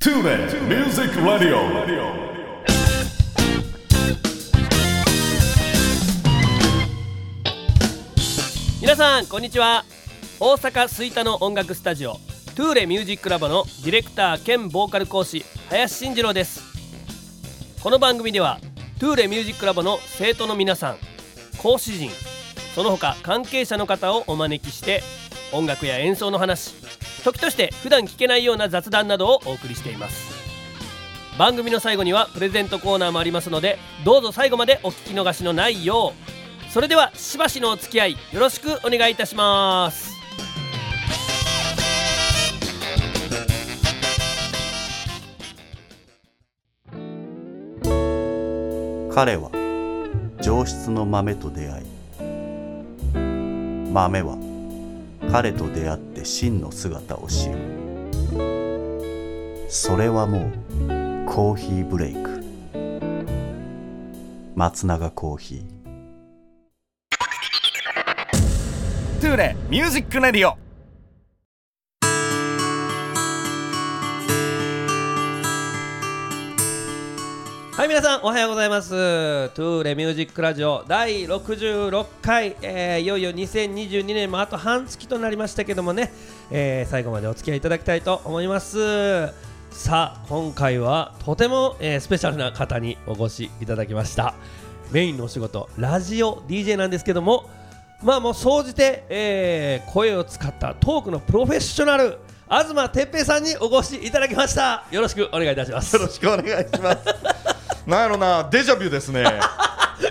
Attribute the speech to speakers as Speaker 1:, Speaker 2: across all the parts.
Speaker 1: Tune in Music Radio.
Speaker 2: 皆さんこんにちは大阪吹田の音楽スタジオトゥーレミュージックラボのディレクター兼ボーカル講師林慎二郎ですこの番組ではトゥーレミュージックラボの生徒の皆さん講師陣その他関係者の方をお招きして音楽や演奏の話時として普段聞けないような雑談などをお送りしています番組の最後にはプレゼントコーナーもありますのでどうぞ最後までお聞き逃しのないようそれではしばしのお付き合いよろしくお願いいたします
Speaker 3: 彼は上質の豆と出会い豆は彼と出会って真の姿を知るそれはもうコーヒーブレイク松永コーヒー
Speaker 4: トゥーレミュージックレディオ
Speaker 2: はい皆さんおはようございますトゥーレミュージックラジオ第66回、えーいよいよ2022年もあと半月となりましたけどもね、えー最後までお付き合いいただきたいと思いますさあ今回はとても、えースペシャルな方にお越しいただきましたメインのお仕事ラジオ DJ なんですけどもまあもう総じて、えー声を使ったトークのプロフェッショナル東哲平さんにお越しいただきましたよろしくお願いいたします
Speaker 5: よろしくお願いします。なんやろな、デジャビュです ね。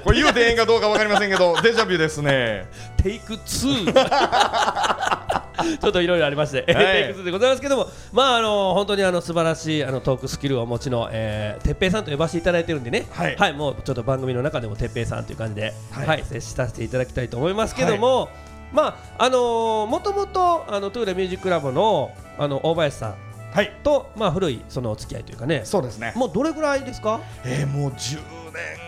Speaker 5: これ言うてええんかどうかわかりませんけど、デジャビュですね。
Speaker 2: テイク2 ちょっといろいろありまして、
Speaker 5: はい
Speaker 2: テイク2でございますけども、まああの本当にあの素晴らしいあのトークスキルをお持ちの、えー、てっぺいさんと呼ばせていただいてるんでね、
Speaker 5: はい
Speaker 2: もうちょっと番組の中でもてっぺいさんという感じで、は、
Speaker 5: はいい
Speaker 2: 接しさせていただきたいと思いますけども、まああのもともとあのトゥーレミュージックラボのあの大林さん
Speaker 5: はい、
Speaker 2: とまあ古いそのお付き合いというかね、
Speaker 5: そうですね。
Speaker 2: もうどれぐらいですか？
Speaker 5: えー、もう10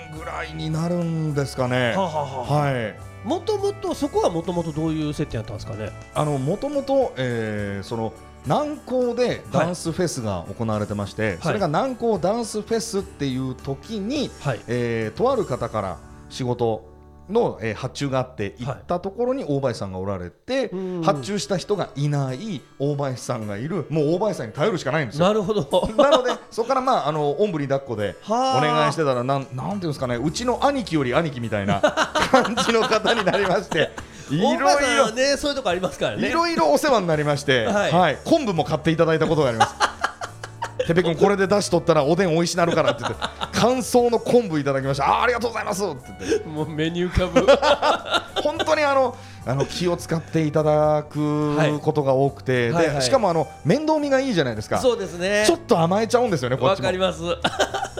Speaker 5: 年ぐらいになるんですかね。
Speaker 2: はあはあはあ
Speaker 5: はい。
Speaker 2: もともとそこはもともとどういう接点だったんですかね？
Speaker 5: あの、もともと、えーその。南港でダンスフェスが行われてまして、それが南港ダンスフェスっていう時に、
Speaker 2: はい。
Speaker 5: えーとある方から仕事の、えー発注があって行ったところに大林さんがおられて、
Speaker 2: うん
Speaker 5: 発注した人がいない大林さんがいるもう大林さんに頼るしかないんですよ。
Speaker 2: なるほど。
Speaker 5: なのでそこから、まあ、あのおんぶに抱っこでお
Speaker 2: はあ
Speaker 5: 願いしてたらなんなんていうんですかねうちの兄貴より兄貴みたいな感じの方になりましていろ
Speaker 2: 大
Speaker 5: い
Speaker 2: 場さんは
Speaker 5: ろ。
Speaker 2: ねそういうとこありますからね
Speaker 5: いろいろお世話になりまして、
Speaker 2: は
Speaker 5: はいい昆布も買っていただいたことがあり ます。てべ君これで出しとったらおでん美味しなるからって言って乾燥の昆布いただきましたあーありがとうございますって言って
Speaker 2: もう目に浮かぶは
Speaker 5: 本当にあのあの気を使っていただ
Speaker 2: はい
Speaker 5: くことが多くて、
Speaker 2: はいはい
Speaker 5: でしかもあの面倒見がいいじゃないですか。
Speaker 2: そうですね
Speaker 5: ちょっと甘えちゃうんですよね、こっ
Speaker 2: わ
Speaker 5: ち
Speaker 2: か
Speaker 5: も
Speaker 2: り。ます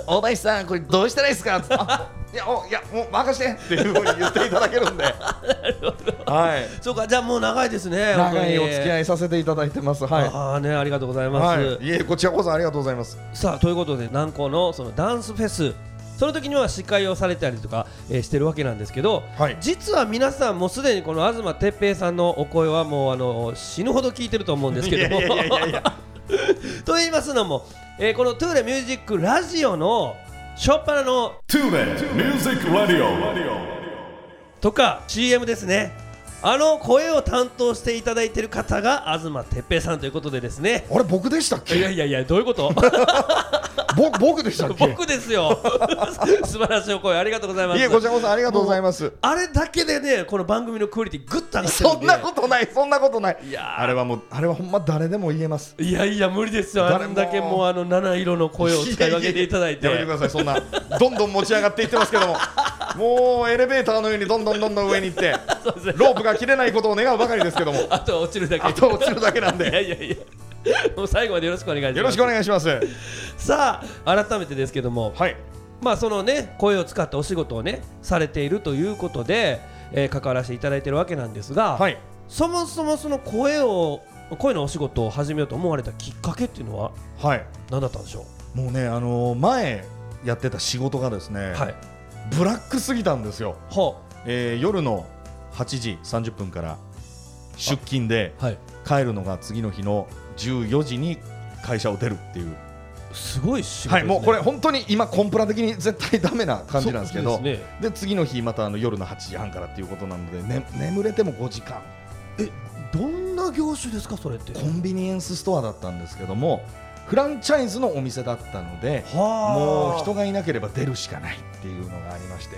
Speaker 5: 大林さん、これどうしたらいいですかってあいや、おいや、もう任してっていうふうに言っていただけるん で。はい。
Speaker 2: そうかじゃあもう長いですね
Speaker 5: 長いお付き合
Speaker 2: い
Speaker 5: いさせていただいてます。は
Speaker 2: ああねありがとうござい
Speaker 5: い。
Speaker 2: ます、
Speaker 5: はい。いえ、こちらこそありがとうございます。
Speaker 2: さあということで南高のそのダンスフェスその時には司会をされたりとか、えーしてるわけなんですけど、
Speaker 5: はい
Speaker 2: 実は皆さんもうすでにこの東哲平さんのお声はもうあの死ぬほど聞いてると思うんですけども と言いますのも、えーこのトゥーレミュージックラジオの初っ端の
Speaker 1: Tune in Music Radio.
Speaker 2: とか CM ですねあの声を担当していただいている方が東哲平さんということでですね
Speaker 5: あれ、僕でしたっ
Speaker 2: いや
Speaker 5: け。
Speaker 2: いやいやどういうこと
Speaker 5: ぼ僕でしたっけ。
Speaker 2: 僕ですよ 素晴らしいお声ありがとうございます
Speaker 5: いえ、こちらこそありがとうございます。
Speaker 2: あれだけでねこの番組のクオリティぐっと上がってる
Speaker 5: そ
Speaker 2: ん
Speaker 5: ん
Speaker 2: で
Speaker 5: なことない、そんなことない。
Speaker 2: いやー
Speaker 5: あれはもう、あれはほんま誰でも言えます。
Speaker 2: いやいや無理ですよあ
Speaker 5: 誰も
Speaker 2: れだけもうあの七色の声を使い分けていただいて
Speaker 5: やめてくださいそんなどんどん持ち上がっていってますけどももうエレベーターのようにどんどんどんどん上に行って
Speaker 2: そうですね
Speaker 5: ロープが切れないことを願うばかりですけども
Speaker 2: あとは落ちるだけ
Speaker 5: あと落ちるだけなん
Speaker 2: いや
Speaker 5: で
Speaker 2: いやいやもう最後までよろしくお願いします
Speaker 5: よろしくお願いします
Speaker 2: さあ改めてですけども
Speaker 5: はい
Speaker 2: まあそのね声を使ったお仕事をねされているということで、えー関わらせていただいているわけなんですが、
Speaker 5: はい
Speaker 2: そもそもその声を声のお仕事を始めようと思われたきっかけっていうのは
Speaker 5: はい
Speaker 2: 何だったんでしょ
Speaker 5: もうねあのー前やってた仕事がですね、
Speaker 2: う、はい
Speaker 5: ブラックすぎたんですよ、
Speaker 2: は
Speaker 5: えー夜の8時30分から出勤で
Speaker 2: あはい
Speaker 5: 帰るのが次の日の14時に会社を出るっていう
Speaker 2: すごい仕事
Speaker 5: は
Speaker 2: です
Speaker 5: い、
Speaker 2: ね
Speaker 5: もうこれ本当に今コンプラ的に絶対ダメな感じなんですけど
Speaker 2: そう
Speaker 5: で,、
Speaker 2: ですね
Speaker 5: 次の日またあの夜の8時半からっていうことなので、ね、眠れても5時間
Speaker 2: えどんな業種ですかそれって
Speaker 5: コンビニエンスストアだったんですけどもフランチャイズのお店だったので
Speaker 2: はあ
Speaker 5: もう人がいなければ出るしかないっていうのがありまして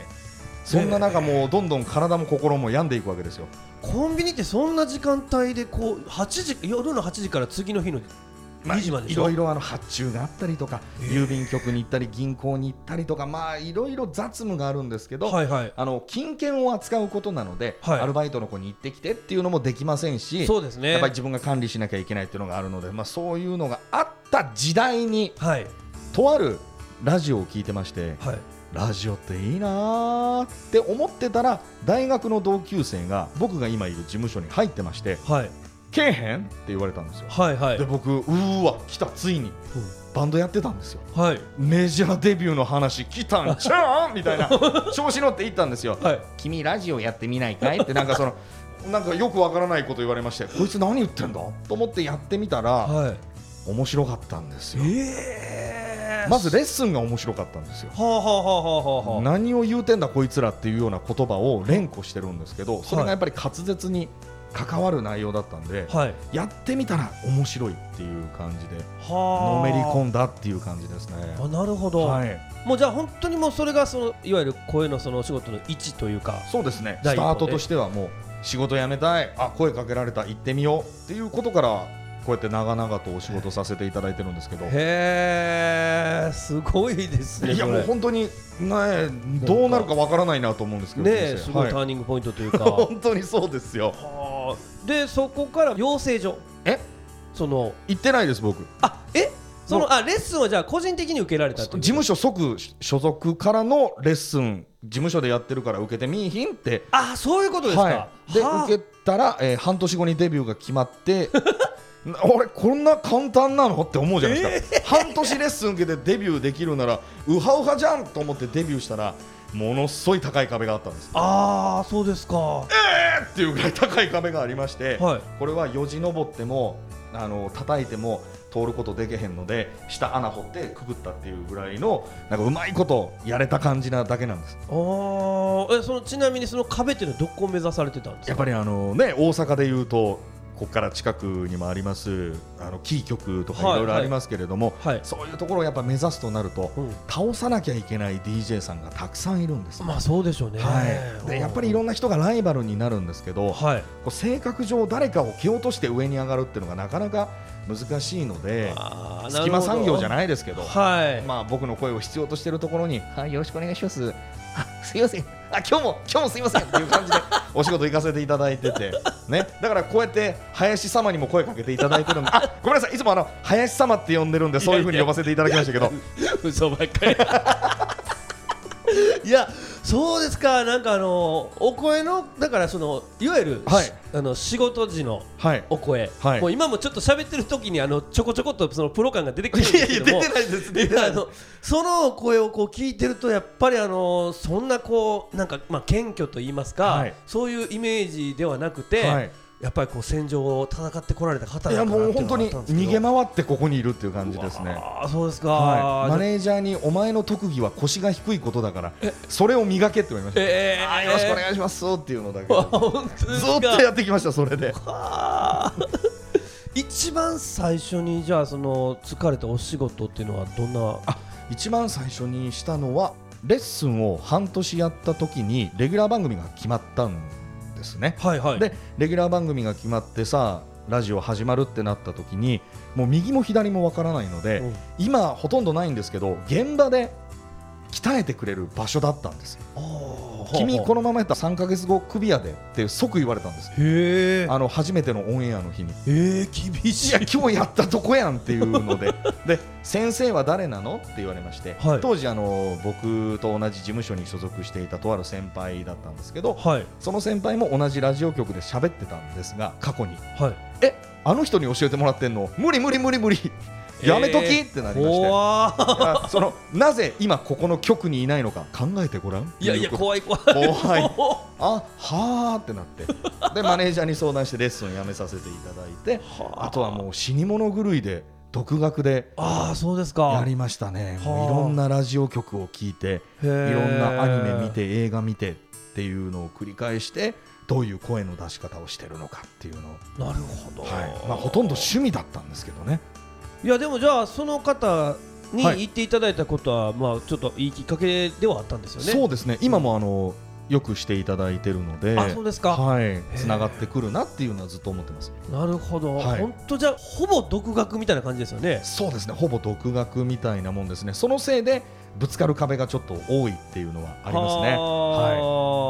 Speaker 5: そんな中もうどんどん体も心も病んでいくわけですよ
Speaker 2: コンビニってそんな時間帯でこう8時夜の8時から次の日の2時までで
Speaker 5: い
Speaker 2: しょ、
Speaker 5: ろいろあの発注があったりとか郵便局に行ったり銀行に行ったりとかまあいろいろ雑務があるんですけど、
Speaker 2: はいはい
Speaker 5: あの金券を扱うことなので、
Speaker 2: はい
Speaker 5: アルバイトの子に行ってきてっていうのもできませんし
Speaker 2: そうですね
Speaker 5: やっぱり自分が管理しなきゃいけないっていうのがあるので、まあ、そういうのがあった時代に
Speaker 2: はい
Speaker 5: とあるラジオを聞いてまして
Speaker 2: はい
Speaker 5: ラジオっていいなーって思ってたら大学の同級生が僕が今いる事務所に入ってまして
Speaker 2: はい
Speaker 5: 「けえへん?」って言われたんですよ。
Speaker 2: はいはい
Speaker 5: で僕うーわ来たついにバンドやってたんですよ。
Speaker 2: はい
Speaker 5: メジャーデビューの話来たんちゃうんみたいな 調子乗って行ったんですよ。
Speaker 2: はい
Speaker 5: 君ラジオやってみないかいってなんかそのなんかよくわからないこと言われましてこいつ何言ってんだと思ってやってみたら、
Speaker 2: はい
Speaker 5: 面白かったんですよ
Speaker 2: えー
Speaker 5: まずレッスンが面白かったんですよ
Speaker 2: はあはあはあはあはあは
Speaker 5: 何を言うてんだこいつらっていうような言葉を連呼してるんですけどそれがやっぱり滑舌に関わる内容だったんで、
Speaker 2: あはい
Speaker 5: やってみたら面白いっていう感じでの
Speaker 2: はあ
Speaker 5: めり込んだっていう感じですね
Speaker 2: あなるほど、
Speaker 5: はい
Speaker 2: もうじゃあ本当にもうそれがそのいわゆる声のそのお仕事の位置というか
Speaker 5: そうですね
Speaker 2: 第
Speaker 5: ス
Speaker 2: 一
Speaker 5: タ
Speaker 2: 歩ね
Speaker 5: ートとしてはもう仕事辞めたいあ声かけられた行ってみようっていうことからこうやって長々とお仕事させていただいてるんですけど
Speaker 2: へえすごいですね
Speaker 5: いや
Speaker 2: これ
Speaker 5: もう本当にねどうなるかわからないなと思うんですけど
Speaker 2: ねえ
Speaker 5: 人生
Speaker 2: すごいタ
Speaker 5: は
Speaker 2: ーニングポイントというか、
Speaker 5: い 本当にそうですよ
Speaker 2: はあでそこから養成所
Speaker 5: え
Speaker 2: その
Speaker 5: 行ってないです僕
Speaker 2: あえそ
Speaker 5: も
Speaker 2: のあレッスンはじゃあ個人的に受けられた
Speaker 5: 事
Speaker 2: という
Speaker 5: 務所即所属からのレッスン事務所でやってるから受けてみいひんって
Speaker 2: あそういうことですか、
Speaker 5: はい、で、
Speaker 2: はあ
Speaker 5: 受けたら、えー半年後にデビューが決まって な俺こんな簡単なのって思うじゃないですか、半年レッスン受けてデビューできるならウハウハじゃんと思ってデビューしたらものすごい高い壁があったんです
Speaker 2: あーそうですかは
Speaker 5: えーっていうぐらい高い壁がありまして、
Speaker 2: はい
Speaker 5: これはよじ登ってもあの叩いても通ることできへんので下穴掘ってくぐったっていうぐらいのなんかうまいことやれた感じなだけなんです
Speaker 2: あーえそのちなみにその壁っていうのはどこを目指されてたんですか
Speaker 5: やっぱりあのね大阪でいうとここから近くにもありますあのキー局とかい
Speaker 2: はい
Speaker 5: ろいろありますけれども、
Speaker 2: はい
Speaker 5: そういうところをやっぱ目指すとなると、
Speaker 2: うん
Speaker 5: 倒さなきゃいけない DJ さんがたくさんいるんですよ、
Speaker 2: まあそうでしょうね、
Speaker 5: はい、でやっぱりいろんな人がライバルになるんですけど、
Speaker 2: はい
Speaker 5: こう性格上誰かを蹴落として上に上がるっていうのがなかなか難しいので
Speaker 2: あー
Speaker 5: 隙間産業じゃ
Speaker 2: い
Speaker 5: ないですけど、
Speaker 2: はい、
Speaker 5: まあ、僕の声を必要としているところに、はい、よろしくお願いします。あ、すいません。あ、今日も、今日もすいませんっていう感じで、 お仕事行かせていただいてて。ね、だから、こうやって、林様にも声かけていただいてるんで、あ、ごめんなさい、いつも、あの、林様って呼んでるんで、そういうふうに呼ばせていただきましたけど。
Speaker 2: 嘘ばっかり いやそうですかなんかあのお声のだからそのいわゆる、
Speaker 5: はい
Speaker 2: しあの仕事時の
Speaker 5: はい。
Speaker 2: お声、
Speaker 5: はい
Speaker 2: もう今もちょっと喋ってる時にあのちょこちょこっとそのプロ感が出てくるんですけども
Speaker 5: いやいや出てないです
Speaker 2: いやあのそのお声をこう聞いてるとやっぱりあのそんなこうなんかまあ謙虚と言いますか、
Speaker 5: はい
Speaker 2: そういうイメージではなく て、
Speaker 5: はい
Speaker 2: やっぱりこう戦場を戦ってこられた方
Speaker 5: い
Speaker 2: な
Speaker 5: や、
Speaker 2: んだ
Speaker 5: も
Speaker 2: な
Speaker 5: う、
Speaker 2: ってい
Speaker 5: 本
Speaker 2: の
Speaker 5: 当
Speaker 2: があ
Speaker 5: に
Speaker 2: ったんですけど
Speaker 5: 逃げ回って、ここにいるっていう感じですね。
Speaker 2: あーそうですか、
Speaker 5: はい、マネージャーにお前の特技は腰が低いことだからそれを磨けって言われました、
Speaker 2: えー
Speaker 5: あーよろしくお願いしますっていうのだけ
Speaker 2: あ
Speaker 5: ず
Speaker 2: 本当です
Speaker 5: っ
Speaker 2: か
Speaker 5: とやってきましたそれで
Speaker 2: あー一番最初にじゃあその疲れたお仕事っていうのはどんな
Speaker 5: あ一番最初にしたのはレッスンを半年やった時にレギュラー番組が決まったんですね、
Speaker 2: はいは
Speaker 5: でレギュラー番組が決まってさラジオ始まるってなった時にもう右も左もわからないので、
Speaker 2: うん
Speaker 5: 今ほとんどないんですけど現場で鍛えてくれる場所だったんですよ君こ
Speaker 2: の
Speaker 5: のままやったら3ヶ月後クビやでって即言われたんですよ
Speaker 2: へえ
Speaker 5: あの初めてのオンエアの日に
Speaker 2: えー、厳
Speaker 5: い
Speaker 2: しい
Speaker 5: や今日やったとこやんっていうの でで先生は誰なのって言われまして、
Speaker 2: はい
Speaker 5: 当時あの僕と同じ事務所に所属していたとある先輩だったんですけど
Speaker 2: はい
Speaker 5: その先輩も同じラジオ局で喋ってたんですが過去に
Speaker 2: はい
Speaker 5: えあの人に教えてもらってんの無理無理無理無理やめとき、
Speaker 2: えー
Speaker 5: ってなりまして
Speaker 2: 怖ー
Speaker 5: いやそのなぜ今ここの局にいないのか考えてごらん
Speaker 2: いやいや
Speaker 5: とうこと
Speaker 2: 怖い怖い
Speaker 5: 怖 いあはあってなってでマネージャーに相談してレッスンやめさせていただいてあとはもう死に物狂いで独学で
Speaker 2: ああそうですか
Speaker 5: やりましたね、もう
Speaker 2: はあ
Speaker 5: いろんなラジオ局を聞いて、
Speaker 2: へー
Speaker 5: いろんなアニメ見て、映画見てっていうのを繰り返して、どういう声の出し方をしてるのかっていうのを、
Speaker 2: なるほど、
Speaker 5: はいまあ、ほとんど趣味だったんですけどね、
Speaker 2: いやでもじゃあその方に
Speaker 5: はい
Speaker 2: 言っていただいたことは、まあちょっといいきっかけではあったんですよね
Speaker 5: そううですね、今もあのよくしていただいてるので、
Speaker 2: あそうですか、
Speaker 5: はい、つながってくるなっていうのはずっと思ってます。
Speaker 2: なるほど、
Speaker 5: はい
Speaker 2: 本当じゃあほぼ独学みたいな感じですよね
Speaker 5: そうですねほぼ独学みたいなもんですねそのせいでぶつかる壁がちょっと多いっていうのはありますねはい
Speaker 2: い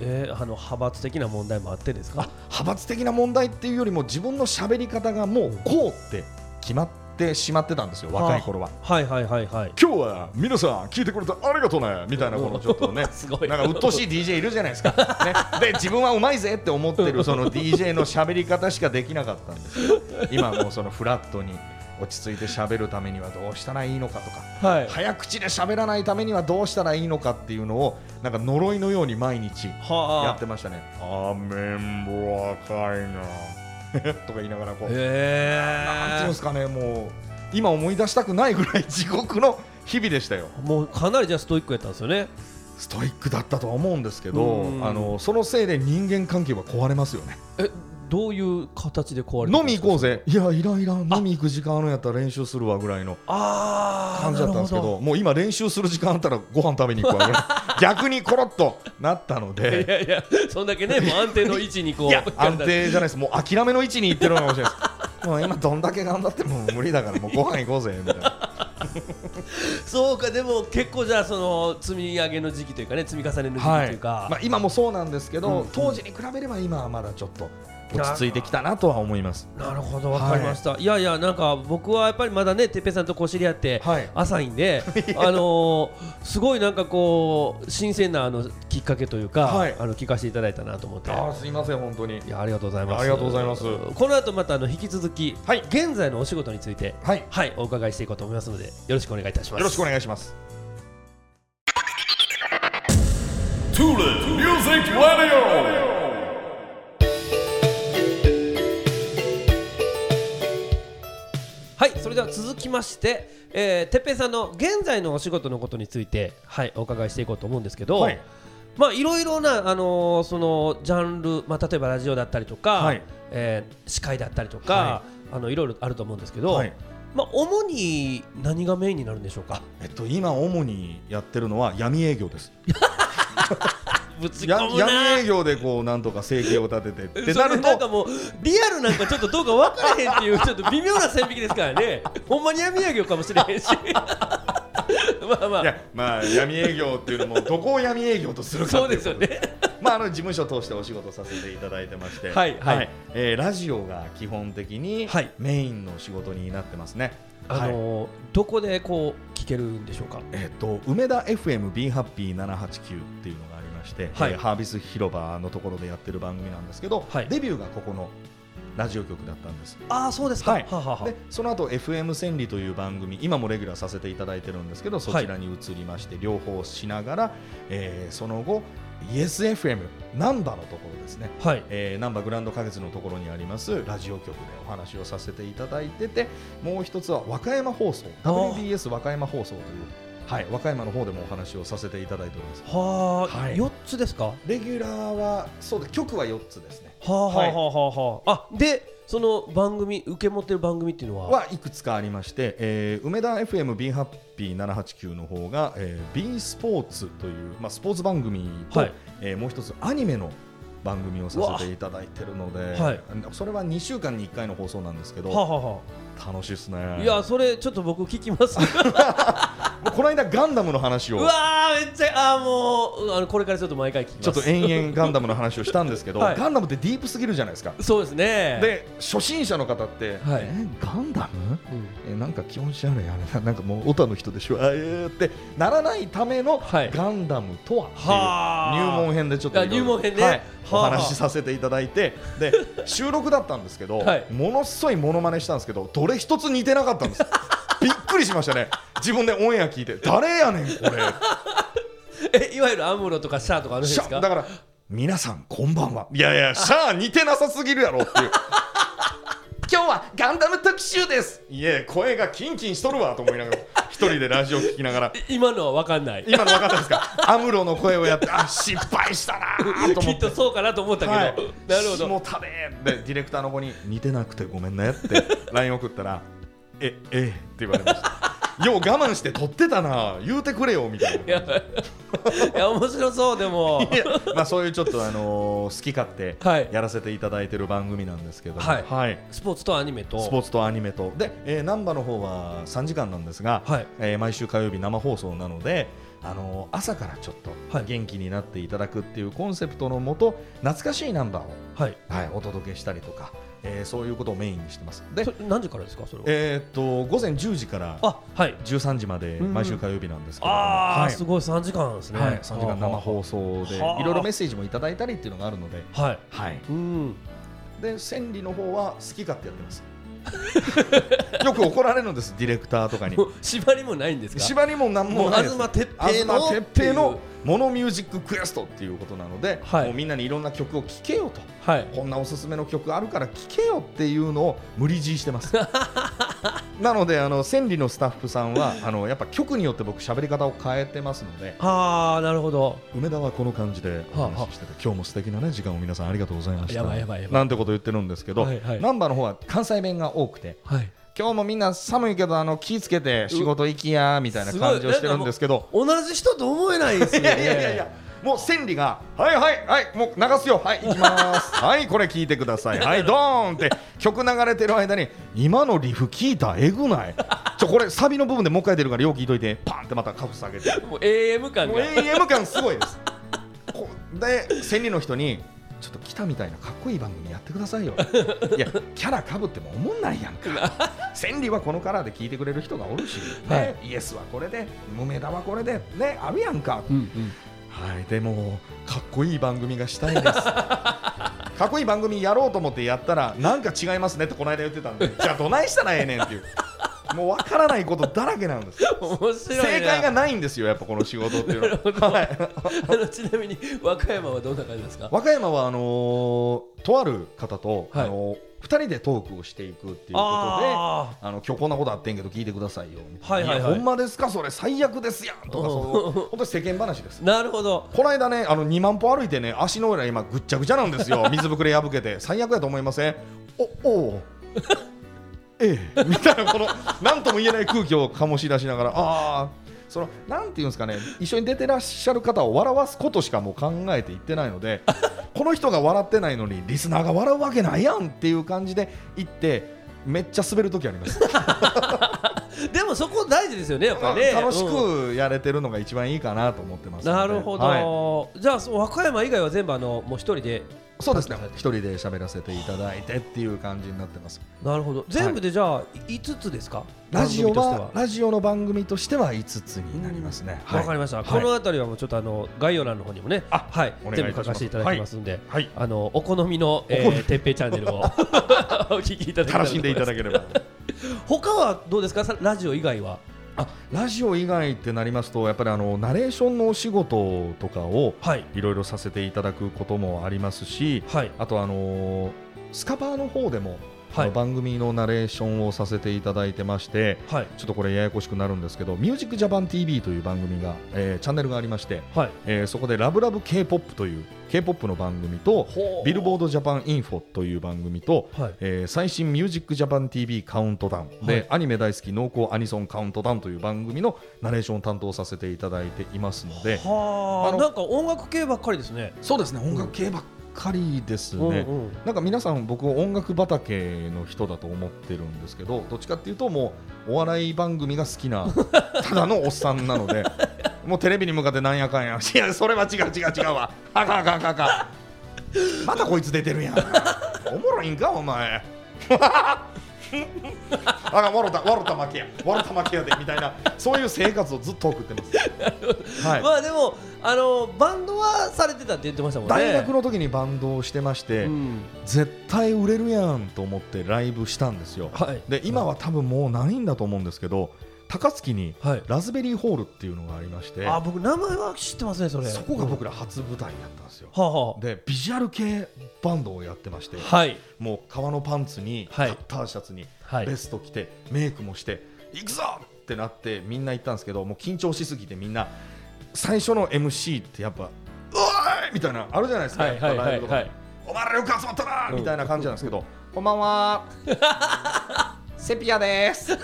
Speaker 2: えーあの派閥的な問題もあってです
Speaker 5: あ
Speaker 2: か
Speaker 5: 派閥的な問題っていうよりも自分の喋り方がもうこうって決まってしまってたんですよ若い頃は
Speaker 2: はいはいはいはい
Speaker 5: 今日は皆さん聞いてくれてありがとうねみたいなこのちょっとね
Speaker 2: すごい
Speaker 5: なんか鬱陶しい DJ いるじゃないですか、ね、で自分はうまいぜって思ってるその DJ の喋り方しかできなかったんですけど今もうそのフラットに落ち着いて喋るためにはどうしたらいいのかとか
Speaker 2: はい
Speaker 5: 早口で喋らないためにはどうしたらいいのかっていうのをなんか呪いのように毎日
Speaker 2: はあ
Speaker 5: やってましたね。あめんぼ赤いな とか言いながらこう、なんていうん
Speaker 2: へ
Speaker 5: ですかねもう今思い出したくないぐらい地獄の日々でしたよ。
Speaker 2: えもうかなりじゃあストイックやったんですよね
Speaker 5: ストイックだったとは思うんですけど
Speaker 2: うん
Speaker 5: あのそのせいで人間関係は壊れますよね。
Speaker 2: えどういう形で壊れ
Speaker 5: 飲み行こう
Speaker 2: ぜ
Speaker 5: ぜいやいらんいらん飲み行く時間あるんやったら練習するわぐらいの
Speaker 2: ああ
Speaker 5: 感じだったんですけどもう今練習する時間あったらご飯食べに行くわ ぐらい逆にコロッとなったので。
Speaker 2: いやいやそんだけ ねもう安定の位置にこう
Speaker 5: いや安定じゃないですもう諦めの位置に行ってるのかもしれない ですもう今どんだけ頑張っても無理だからもうご飯行こうぜみたい な
Speaker 2: そうかでも結構じゃあその積み上げの時期というかね積み重ねの時期というか、
Speaker 5: まあ、今もそうなんですけど、当時に比べれば今はまだちょっと落ち着いてきたなとは思います
Speaker 2: なるほどわかりました、い、やいやなんか僕はやっぱりまだねてっぺいさんとこう知り合って
Speaker 5: はい
Speaker 2: 浅いんで、あのーすごいなんかこう新鮮なあのきっかけというか、
Speaker 5: はい
Speaker 2: あの聞かせていただいたなと思って
Speaker 5: ああすいません本当に
Speaker 2: いやありがとうございます
Speaker 5: ありがとうございます
Speaker 2: この後またあの引き続き、
Speaker 5: はい
Speaker 2: 現在のお仕事について
Speaker 5: はい
Speaker 2: はいお伺いしていこうと思いますのでよろしくお願いいたします
Speaker 5: よろしくお願いします
Speaker 6: Tulip Music Radio.
Speaker 2: はい、それでは続きまして、えー、てっぺいさんの現在のお仕事のことについて、はい、お伺いしていこうと思うんですけど、
Speaker 5: はい
Speaker 2: まあいろいろな、あのーそのジャンル、まあ、例えばラジオだったりとか、
Speaker 5: はい
Speaker 2: えー司会だったりとか、、
Speaker 5: はい
Speaker 2: あのいろいろあると思うんですけど、
Speaker 5: はい
Speaker 2: まあ、主に何がメインになるんでしょうか
Speaker 5: えっと今主にやってるのは闇営業です
Speaker 2: ぶつ
Speaker 5: や闇営業でこうなんとか生計を立ててって
Speaker 2: そ
Speaker 5: な
Speaker 2: れ
Speaker 5: る
Speaker 2: なんか
Speaker 5: と
Speaker 2: もうリアルなんかちょっとどうか分からへんっていうちょっと微妙な線引きですからねほんまに闇営業かもしれ へんしまあま
Speaker 5: い
Speaker 2: あ
Speaker 5: やまあ闇営業っていうのもどこを闇営業とするか
Speaker 2: そう
Speaker 5: ってい
Speaker 2: で
Speaker 5: う
Speaker 2: すよね
Speaker 5: まあ、あの事務所通してお仕事させていただいてまして、
Speaker 2: はいはい
Speaker 5: えーラジオが基本的に
Speaker 2: はい
Speaker 5: メインの仕事になってますね。
Speaker 2: あ
Speaker 5: はい
Speaker 2: のーどこでこう聞けるんでしょうか。
Speaker 5: えっと梅田 FMBHappy789 っていうのがありまして、
Speaker 2: はい
Speaker 5: えーハービス広場のところでやってる番組なんですけど、
Speaker 2: はい
Speaker 5: デビューがここのラジオ局だったんです。
Speaker 2: ああそうです
Speaker 5: か
Speaker 2: はい。ははは
Speaker 5: でその後 FM 千里という番組今もレギュラーさせていただいてるんですけどそちらに移りまして、両方しながら、えーその後 YesFM 難波のところですね
Speaker 2: はい。
Speaker 5: えー、ナンバーグランド花月のところにありますラジオ局でお話をさせていただいててもう一つは和歌山放送
Speaker 2: あー
Speaker 5: WBS 和歌山放送という、はい、和歌山の方でもお話をさせていただいております
Speaker 2: はあ、
Speaker 5: はい
Speaker 2: 四つですか。は
Speaker 5: レギュラーはそうで局は4つですね
Speaker 2: あ、はあ
Speaker 5: はい
Speaker 2: はあはあはあ。あでその番組受け持ってる番組っていうのは。
Speaker 5: はいくつかありまして、えー梅田 FMB ハッピー789の方が、えー、B スポーツという、まあ、スポーツ番組と、
Speaker 2: はい
Speaker 5: えーもう一つアニメの番組をさせていただいてるので、
Speaker 2: うわはい
Speaker 5: それは2週間に1回の放送なんですけど、
Speaker 2: はあ、はあは
Speaker 5: 楽しいです
Speaker 2: あ
Speaker 5: ね
Speaker 2: いやそれちょっと僕聞きます。
Speaker 5: もうこの間ガンダムの話
Speaker 2: う
Speaker 5: を
Speaker 2: わあめっちゃあーもううんあのこれからちょっと毎回聞きます。
Speaker 5: ちょっと延々ガンダムの話をしたんですけど、
Speaker 2: はい
Speaker 5: ガンダムってディープすぎるじゃないですか。
Speaker 2: そうですね。、
Speaker 5: で初心者の方って、
Speaker 2: はい
Speaker 5: えガンダム
Speaker 2: う
Speaker 5: え
Speaker 2: ん、
Speaker 5: なんか気持ち悪いあれななんかもうオタの人でしょあえーってならないための
Speaker 2: はい
Speaker 5: ガンダムとはっていう、
Speaker 2: はあ
Speaker 5: 入門編でちょっと
Speaker 2: あ入門編ね
Speaker 5: はい
Speaker 2: はあ
Speaker 5: お話しさせていただいてで収録だったんですけど、
Speaker 2: はい
Speaker 5: ものすごいモノマネしたんですけどどれ一つ似てなかったんですびっくりしましたね自分でオンエア聞いて誰やねんこれ
Speaker 2: えいわゆるアムロとかシャアとかあの辺
Speaker 5: シ
Speaker 2: で
Speaker 5: ャ
Speaker 2: すか。
Speaker 5: だから 皆さんこんばんはいやいやシャア似てなさすぎるやろっていう 今今日はガンダム特集ですいえ声がキンキンしとるわと思いながら一人でラジオ聞きながら
Speaker 2: 今のは分かんない
Speaker 5: 今の分かったですかアムロの声をやってあ失敗したなーと
Speaker 2: き
Speaker 5: 思
Speaker 2: っ
Speaker 5: って
Speaker 2: とそうかなと思ったけど、
Speaker 5: はい
Speaker 2: なるほど
Speaker 5: 下田ででディレクターの子に似てなくてごめんねって LINE 送ったらえええって言われま したよう我慢して撮ってたな言うてくれよみたい
Speaker 2: い
Speaker 5: な
Speaker 2: やいや面白そうで も
Speaker 5: いやまあそういうちょっとあのー好き勝手
Speaker 2: はい
Speaker 5: やらせていただいてる番組なんですけども
Speaker 2: はいスポーツとアニメと
Speaker 5: スポーツとアニメとで、えー、ナンバの方は3時間なんですが、
Speaker 2: はい
Speaker 5: えー毎週火曜日生放送なので、あのー朝からちょっ
Speaker 2: は
Speaker 5: と
Speaker 2: い
Speaker 5: 元気になっていただくっていうコンセプトのもと懐かしいナンバーを、
Speaker 2: はい
Speaker 5: はい、お届けしたりとか、えーそういうことをメインにしてますで
Speaker 2: そ、れ何時からですかそれは
Speaker 5: えーっと午前10時から
Speaker 2: あはい
Speaker 5: 13時まで
Speaker 2: うん
Speaker 5: 毎週火曜日なんですけれども、
Speaker 2: あー、
Speaker 5: はい
Speaker 2: すごい3時間ですね、
Speaker 5: はい、3時間生放送でい
Speaker 2: はあ
Speaker 5: ろいろメッセージもいただいたりっていうのがあるので、
Speaker 2: はい
Speaker 5: はい、
Speaker 2: うん
Speaker 5: で千里の方は好き勝手やってます よく怒られるんですディレクターとかに
Speaker 2: もう縛りもないんですか
Speaker 5: 縛りもなんもないです
Speaker 2: もう東哲平の
Speaker 5: 東哲平のモノミュージッククエストっていうことなので、
Speaker 2: はい
Speaker 5: もうみんなにいろんな曲を聴けよと
Speaker 2: はい
Speaker 5: こんなおすすめの曲あるから聴けよっていうのを無理強いしてます なのであの千里のスタッフさんはあのやっぱ曲によって僕喋り方を変えてますので
Speaker 2: ああなるほど
Speaker 5: 梅田はこの感じでお話ししてて、今日も素敵なね時間を皆さんありがとうございました
Speaker 2: やばいやばいやばい
Speaker 5: なんてこと言ってるんですけど、
Speaker 2: はいはい
Speaker 5: ナンバーの方は関西弁が多くて
Speaker 2: はい
Speaker 5: 今日もみんな寒いけどあの気ぃつけて仕事行きやみたいな感じをしてるんですけど
Speaker 2: 同じ人と思えないですよ
Speaker 5: いやいやいやいやもう千里が「はいはいはいもう流すよはい行き ます」「はいこれ聞いてください」「はいドーン」って曲流れてる間に「今のリフ聞いたえぐない」ちょこれサビの部分でもう一回出るからよう聞いといてパンってまたカフ下げて
Speaker 2: もう AM 感
Speaker 5: もう
Speaker 2: が
Speaker 5: AM 感すごいですこで千里の人にちょっと来たみたいなかっこいい番組やってくださいよいやキャラかぶっても思んないやんか千里はこのカラーで聞いてくれる人がおるし、ねイエスはこれで梅田はこれでねあるやんか、はいでもかっこいい番組がしたい ですかっこいい番組やろうと思ってやったらなんか違いますねってこの間言ってたんでじゃあどないしたらええねんっていうもうわからないことだらけなん です
Speaker 2: 面白いな
Speaker 5: 正解 がないんですよやっぱこの仕事っていうのは
Speaker 2: あのちなみに和歌山はどんな感じですか
Speaker 5: 和歌山はあのーとある方と、
Speaker 2: はい
Speaker 5: あのー二人でトークをしていくっていうことであ
Speaker 2: あ
Speaker 5: の今日こんなことあってんけど聞いてくださいよみたいな、
Speaker 2: はいはいはい
Speaker 5: やほんまですかそれ最悪ですやんとかその 本当に世間話です
Speaker 2: あなるほど
Speaker 5: この間ねあの2万歩歩いてね足の裏今ぐっちゃぐちゃなん ですよ水ぶくれ破けて最悪やと思いませんおおうええみたいなこの何とも言えない空気を醸し出しながらああそのなんていうんですかね一緒に出てらっしゃる方を笑わすことしかもう考えていってないのでこの人が笑ってないのにリスナーが笑うわけないやんっていう感じで行ってめっちゃ滑る時あります、
Speaker 2: でもそこ大事ですよねやっぱりね
Speaker 5: 楽し
Speaker 2: うん
Speaker 5: くやれてるのが一番いいかなと思ってますので
Speaker 2: なるほど、
Speaker 5: はい
Speaker 2: じゃあその和歌山以外は全部あのもう一人で
Speaker 5: そうですね。一人で喋らせていただいてっていう感じになってます。
Speaker 2: なるほど全部でじゃあ5つですか
Speaker 5: ラジオ
Speaker 2: 番組として
Speaker 5: はラジオの番組としては5つになりますね。
Speaker 2: わかりました、
Speaker 5: はい
Speaker 2: この辺りはもうちょっとあの概要欄の方にもね、はい
Speaker 5: お、願いい
Speaker 2: 全
Speaker 5: たしま
Speaker 2: 部書
Speaker 5: す
Speaker 2: かせていただきますんで、
Speaker 5: はい
Speaker 2: あのお好みの、え
Speaker 5: お好み
Speaker 2: ー、てっぺいチャンネ ルをお聞きいただきた
Speaker 5: 楽しんでいただ
Speaker 2: き
Speaker 5: ければ。
Speaker 2: 他はどうですかさラジオ以外は
Speaker 5: あ、ラジオ以外ってなりますとやっぱりあのナレーションのお仕事とかを
Speaker 2: はい
Speaker 5: いろいろさせていただくこともありますし、
Speaker 2: はい
Speaker 5: あとあのースカパーの方でも、
Speaker 2: はい
Speaker 5: あの番組のナレーションをさせていただいてまして。
Speaker 2: はい
Speaker 5: ちょっとこれややこしくなるんですけど「ミュージックジャパン t v という番組が、えーチャンネルがありまして、
Speaker 2: はい
Speaker 5: えーそこで「ラブラブ k p o p という k p o p の番組と
Speaker 2: ほ
Speaker 5: 「
Speaker 2: う
Speaker 5: ビルボードジャパンインフォという番組と、
Speaker 2: はい
Speaker 5: えー最新「ミュージックジャパン t v カウントダウンで、
Speaker 2: はい
Speaker 5: アニメ大好き濃厚アニソンカウントダウンという番組のナレーションを担当させていただいていますので
Speaker 2: は
Speaker 5: あ
Speaker 2: あ
Speaker 5: の
Speaker 2: なんか音楽系ばっかりですね
Speaker 5: そうですね音楽系ばっかりですね。
Speaker 2: うんうん
Speaker 5: なんか皆さん僕を音楽畑の人だと思ってるんですけどどっちかっていうともうお笑い番組が好きなただのおっさんなのでもうテレビに向かってなんやかんや いやそれは違う違う違うわあかんあかんあかんあかんまたこいつ出てるやんおもろいんかお前 あらわろたわろた負けやわろた負けやでみたいなそういう生活をずっと送ってます、はい
Speaker 2: まあでもあのバンドはされてたって言ってましたもんね
Speaker 5: 大学の時にバンドをしてまして、
Speaker 2: うん
Speaker 5: 絶対売れるやんと思ってライブしたんですよ、
Speaker 2: はい
Speaker 5: で今は多分もうないんだと思うんですけど高槻に
Speaker 2: はい
Speaker 5: ラズベリーホールっていうのがありまして、
Speaker 2: あ僕名前は知ってますねそれ
Speaker 5: そこが僕ら初舞台だったんですよ。
Speaker 2: はあは
Speaker 5: でビジュアル系バンドをやってまして、
Speaker 2: あはい
Speaker 5: もう革のパンツに、
Speaker 2: はい
Speaker 5: カッターシャツに、
Speaker 2: はい
Speaker 5: ベスト着てメイクもして行くぞってなってみんな行ったんですけどもう緊張しすぎてみんな最初の MC ってやっぱ「うわーい!」みたいなのあるじゃないですか、
Speaker 2: はいはいはいは
Speaker 5: やっ
Speaker 2: い
Speaker 5: ぱライブとかでお前らよく集まったなーみたいな感じなんですけど「こんばんはセピアです」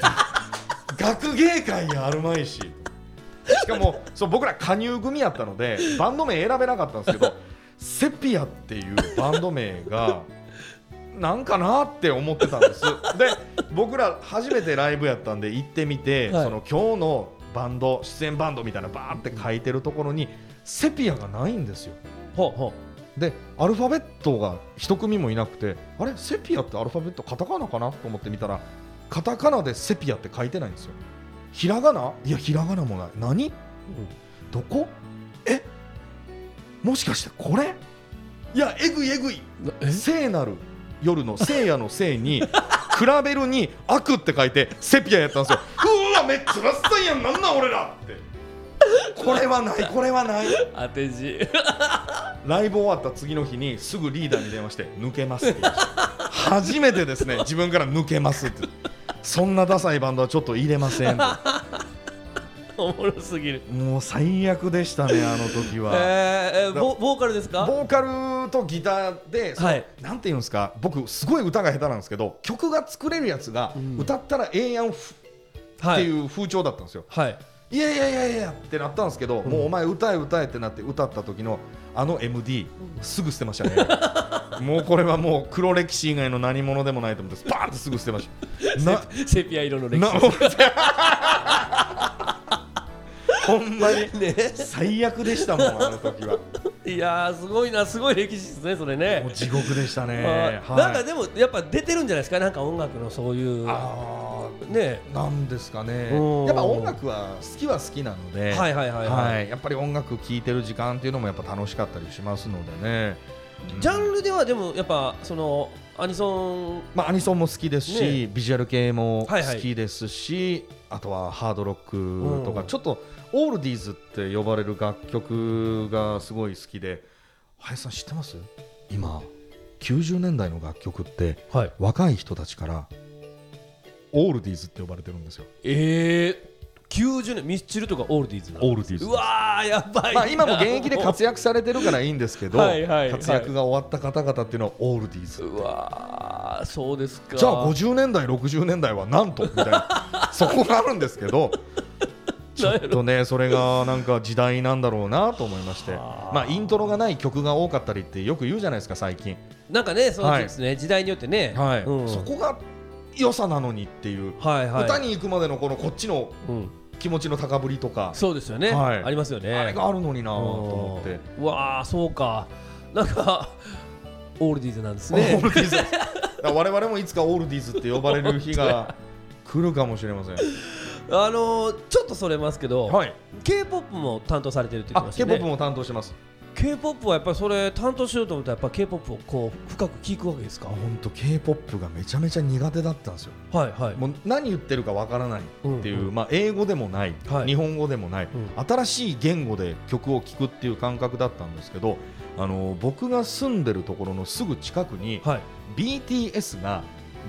Speaker 5: 学芸会やあるまいししかもそう僕ら加入組やったのでバンド名選べなかったんですけどセピアっていうバンド名がなんかなって思ってたんですで僕ら初めてライブやったんで行ってみて、
Speaker 2: はい
Speaker 5: その今日のバンド出演バンドみたいなバーって書いてるところにセピアがないんですよ
Speaker 2: ほうほ
Speaker 5: でアルファベットが一組もいなくてあれセピアってアルファベットカタカナかなと思ってみたらカタカナでセピアって書いてないんですよひらがないやひらがなもない何、どこえもしかしてこれいやえぐいえぐい聖なる夜の聖夜の聖に 比べるに悪って書いてセピアやったんですよ うわめっちゃラッサいやんなんなん俺らってこれはないこれはないう
Speaker 2: 当て字
Speaker 5: ライブ終わった次の日にすぐリーダーに電話して抜けますって言いました初めてですね自分から抜けますってそんなダサいバンドはちょっと入れませんと
Speaker 2: おもろすぎる
Speaker 5: もう最悪でしたねあの時は
Speaker 2: えー、えーボボーカルですか
Speaker 5: ボーカルとギターで、その
Speaker 2: はい
Speaker 5: なんていうんですか僕すごい歌が下手なんですけど曲が作れるやつが歌ったらええやんふって
Speaker 2: う
Speaker 5: いう風潮だったんですよ、
Speaker 2: はい
Speaker 5: いやいやいやいやってなったんですけど、もうお前歌え歌えってなって歌った時のあの MD すぐ捨てましたね もうこれはもう黒歴史以外の何者でもないと思ってバーンってすぐ捨てましたな
Speaker 2: セピア色の歴
Speaker 5: な
Speaker 2: 史
Speaker 5: ほんまに最悪でしたもんあの時はも
Speaker 2: いやーすごいなすごい歴史ですねそれね
Speaker 5: う地獄でしたね、
Speaker 2: あ
Speaker 5: はい
Speaker 2: なんかでもやっぱ出てるんじゃないですかなんか音楽のそういう
Speaker 5: あ
Speaker 2: ね
Speaker 5: ーなんですかね
Speaker 2: うん
Speaker 5: やっぱ音楽は好きは好きなので、
Speaker 2: はいはいはいはい、
Speaker 5: はいやっぱり音楽聴いてる時間っていうのもやっぱ楽しかったりしますのでね
Speaker 2: ジャンルではでもやっぱそのアニソン
Speaker 5: まあ、アニソンも好きですし、
Speaker 2: ねえ
Speaker 5: ビジュアル系も
Speaker 2: はいはい
Speaker 5: 好きですし、あとはハードロックとか、
Speaker 2: うん
Speaker 5: ちょっとオールディーズって呼ばれる楽曲がすごい好きで林さん知ってます今90年代の楽曲って
Speaker 2: はい
Speaker 5: 若い人たちからオールディーズって呼ばれてるんですよ
Speaker 2: ええー、90年ミスチルとかオールディーズな
Speaker 5: オールディーズ
Speaker 2: うわーやばい
Speaker 5: ま
Speaker 2: な
Speaker 5: あ、今も現役 で活躍されてるからいいんですけど
Speaker 2: はいはいはい
Speaker 5: 活躍が終わった方々っていうのはオールディーズ
Speaker 2: うわーそうですか
Speaker 5: じゃあ50年代60年代はなんとみたい なそこがあるんですけどちょっとねそれがなんか時代なんだろうなと思いましてまあイントロがない曲が多かったりってよく言うじゃないですか最近、
Speaker 2: なんかねそうですね、時代によってね、うん、
Speaker 5: そこが良さなのにっていう、
Speaker 2: はいはい
Speaker 5: 歌に行くまでのこのこっちの
Speaker 2: うん、
Speaker 5: 気持ちの高ぶりとか、
Speaker 2: そうですよね、
Speaker 5: はい
Speaker 2: ありますよね
Speaker 5: あれがあるのになと思って。
Speaker 2: うんうわあそうかなんかオールディーズなんで す
Speaker 5: オ
Speaker 2: ね
Speaker 5: ールディーズだから我々もいつかオールディーズって呼ばれる日が 来るかもしれません。
Speaker 2: あのー、ちょっとそれますけど、
Speaker 5: はい。
Speaker 2: k p o p も担当されてるって言
Speaker 5: あ
Speaker 2: ってましたよね
Speaker 5: K-POP も担当してます。
Speaker 2: k p o p はやっぱりそれ担当しようと思ったらやっぱ k p o p をこう深く聞くわけですか
Speaker 5: 本当 K-POP がめちゃめちゃ苦手だったんですよ
Speaker 2: はいはい
Speaker 5: もう何言ってるかわからないっていう、
Speaker 2: うんう
Speaker 5: まあ、英語でもない、
Speaker 2: はい
Speaker 5: 日本語でもない、
Speaker 2: う
Speaker 5: 新しい言語で曲を聴くっていう感覚だったんですけどあの僕が住んでるところのすぐ近くに、
Speaker 2: はい
Speaker 5: BTS が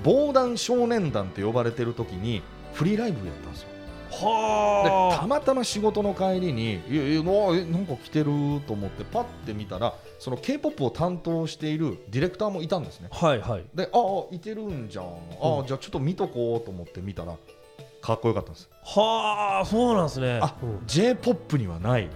Speaker 5: 防弾少年団って呼ばれてる時にフリーライブやったんですよ。で
Speaker 2: は
Speaker 5: たまたま仕事の帰りにいやいやなえなんか来てると思ってパッて見たらその k p o p を担当しているディレクターもいたんですね。
Speaker 2: あはいはい
Speaker 5: でああいてるんじゃんああじゃあちょっと見とこうと思って見たらかっこよかったんです
Speaker 2: はあそうなんですね
Speaker 5: あ、
Speaker 2: うん
Speaker 5: j p o p にはない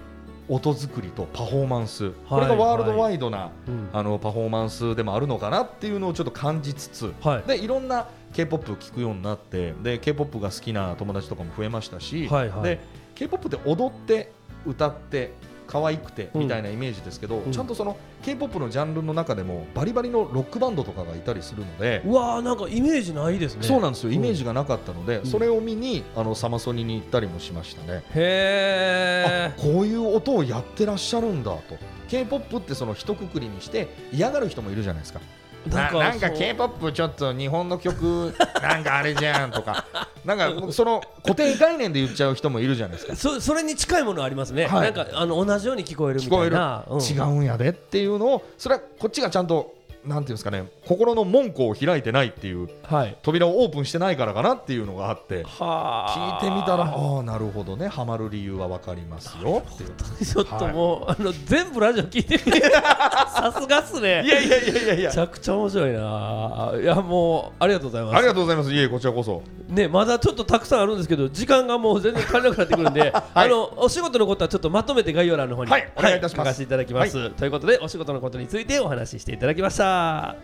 Speaker 5: 音作りとパフォーマンス、こ
Speaker 2: は
Speaker 5: れ
Speaker 2: い
Speaker 5: がワールドワイドな、
Speaker 2: うん
Speaker 5: あのパフォーマンスでもあるのかなっていうのをちょっと感じつつ、
Speaker 2: はい
Speaker 5: でいろんな k p o p 聞くようになってで k p o p が好きな友達とかも増えましたし、
Speaker 2: はいはい
Speaker 5: で k p o p って踊って歌って可愛くてみたいなイメージですけど、
Speaker 2: ん
Speaker 5: ちゃんとその k p o p のジャンルの中でもバリバリのロックバンドとかがいたりするので、
Speaker 2: うわーなんかイメージないですね
Speaker 5: そうなん
Speaker 2: ん
Speaker 5: ですよイメージがなかったので、それを見にあのサマソニに行ったりもしましたね、
Speaker 2: へ
Speaker 5: あこういう音をやってらっしゃるんだと k p o p ってその一括りにして嫌がる人もいるじゃないですかな
Speaker 2: なんか
Speaker 5: なんか
Speaker 2: そう
Speaker 5: k p o p ちょっと日本の 曲なんかあれじゃんとかなんかもうその固定概念で言っちゃう人もいるじゃないですか
Speaker 2: そそれに近いものありますね、
Speaker 5: はい
Speaker 2: なんかあの同じように聞こえるみ
Speaker 5: 聞こ
Speaker 2: た
Speaker 5: え
Speaker 2: いな
Speaker 5: る、違
Speaker 2: うん
Speaker 5: うんやでっていうのをそれはこっちがちゃんとなんていうんですかね心の門戸を開いてないっていう
Speaker 2: はい
Speaker 5: 扉をオープンしてないからかなっていうのがあって聞
Speaker 2: はい
Speaker 5: てみたらああなるほどねハマる理由は分かりますよっていう
Speaker 2: ちょっともう、あの全部ラジオ聞いてみてさすがっすね
Speaker 5: いやいやいやいやい
Speaker 2: めち
Speaker 5: や
Speaker 2: ゃくちゃ面白いないやもうありがとうございます
Speaker 5: ありがとうございますいえこちらこそ
Speaker 2: ね、まだちょっとたくさんあるんですけど時間がもう全然足りなくなってく るんで、あのお仕事のことはちょっとまとめて概要欄の方に、
Speaker 5: はいお願いいたします
Speaker 2: 書かせていただきます、ということでお仕事のことについてお話ししていただきました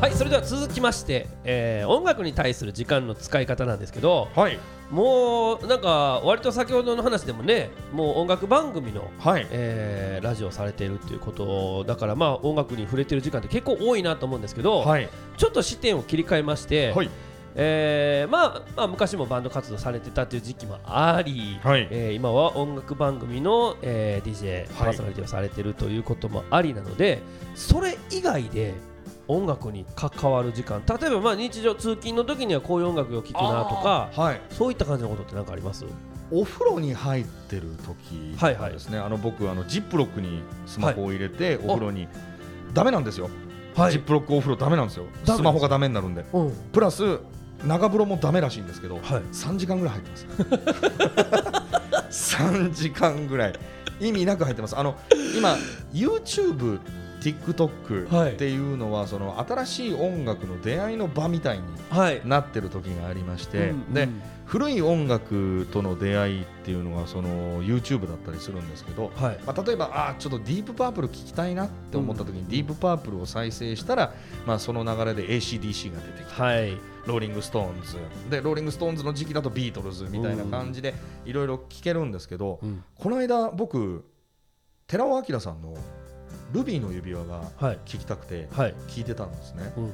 Speaker 2: はいそれでは続きまして、えー音楽に対する時間の使い方なんですけど
Speaker 5: はい
Speaker 2: もうなんか割と先ほどの話でもねもう音楽番組の、
Speaker 5: はい
Speaker 2: えーラジオされているっていうことだからまあ音楽に触れてる時間って結構多いなと思うんですけど、
Speaker 5: はい
Speaker 2: ちょっと視点を切り替えまして、
Speaker 5: はい
Speaker 2: えーまあ、まあ昔もバンド活動されてたっていう時期もあり、
Speaker 5: はい
Speaker 2: えー今は音楽番組の、えー DJ
Speaker 5: はい
Speaker 2: パーソナリティをされてるということもありなので、それ以外で音楽に関わる時間例えばまあ日常通勤の時にはこういう音楽を聴くなとか
Speaker 5: はい
Speaker 2: そういった感じのことって何かあります
Speaker 5: お風呂に入ってる時
Speaker 2: はいはい
Speaker 5: ですね、あの僕あのジップロックにスマホを入れて、お風呂にダメなんですよ、
Speaker 2: は
Speaker 5: ジップロックお風呂ダメなんですよ
Speaker 2: ダメ
Speaker 5: スマホがダメになるんで
Speaker 2: うん、
Speaker 5: プラス長風呂もダメらしいんですけど、
Speaker 2: はい
Speaker 5: 3時間ぐらい入ってます 3時間ぐらい意味なく入ってますあの今 YouTube TikTok、
Speaker 2: はい
Speaker 5: っていうのはその新しい音楽の出会いの場みたいに
Speaker 2: はい
Speaker 5: なってる時がありまして、
Speaker 2: うん
Speaker 5: で、
Speaker 2: うん
Speaker 5: 古い音楽との出会いっていうのがその YouTube だったりするんですけど、
Speaker 2: はい
Speaker 5: まあ、例えばあーちょっとディープパープル聞きたいなって思った時にディープパープルを再生したら、まあ、その流れで ACDC が出てきて
Speaker 2: はい
Speaker 5: ローリング・ストーンズでローリング・ストーンズの時期だとビートルズみたいな感じでいろいろ聞けるんですけど、
Speaker 2: うん
Speaker 5: この間僕寺尾明さんの「ルビーの指輪」が
Speaker 2: はい
Speaker 5: 聞きたくて
Speaker 2: はい
Speaker 5: 聞いてたんですね。
Speaker 2: うん
Speaker 5: やっ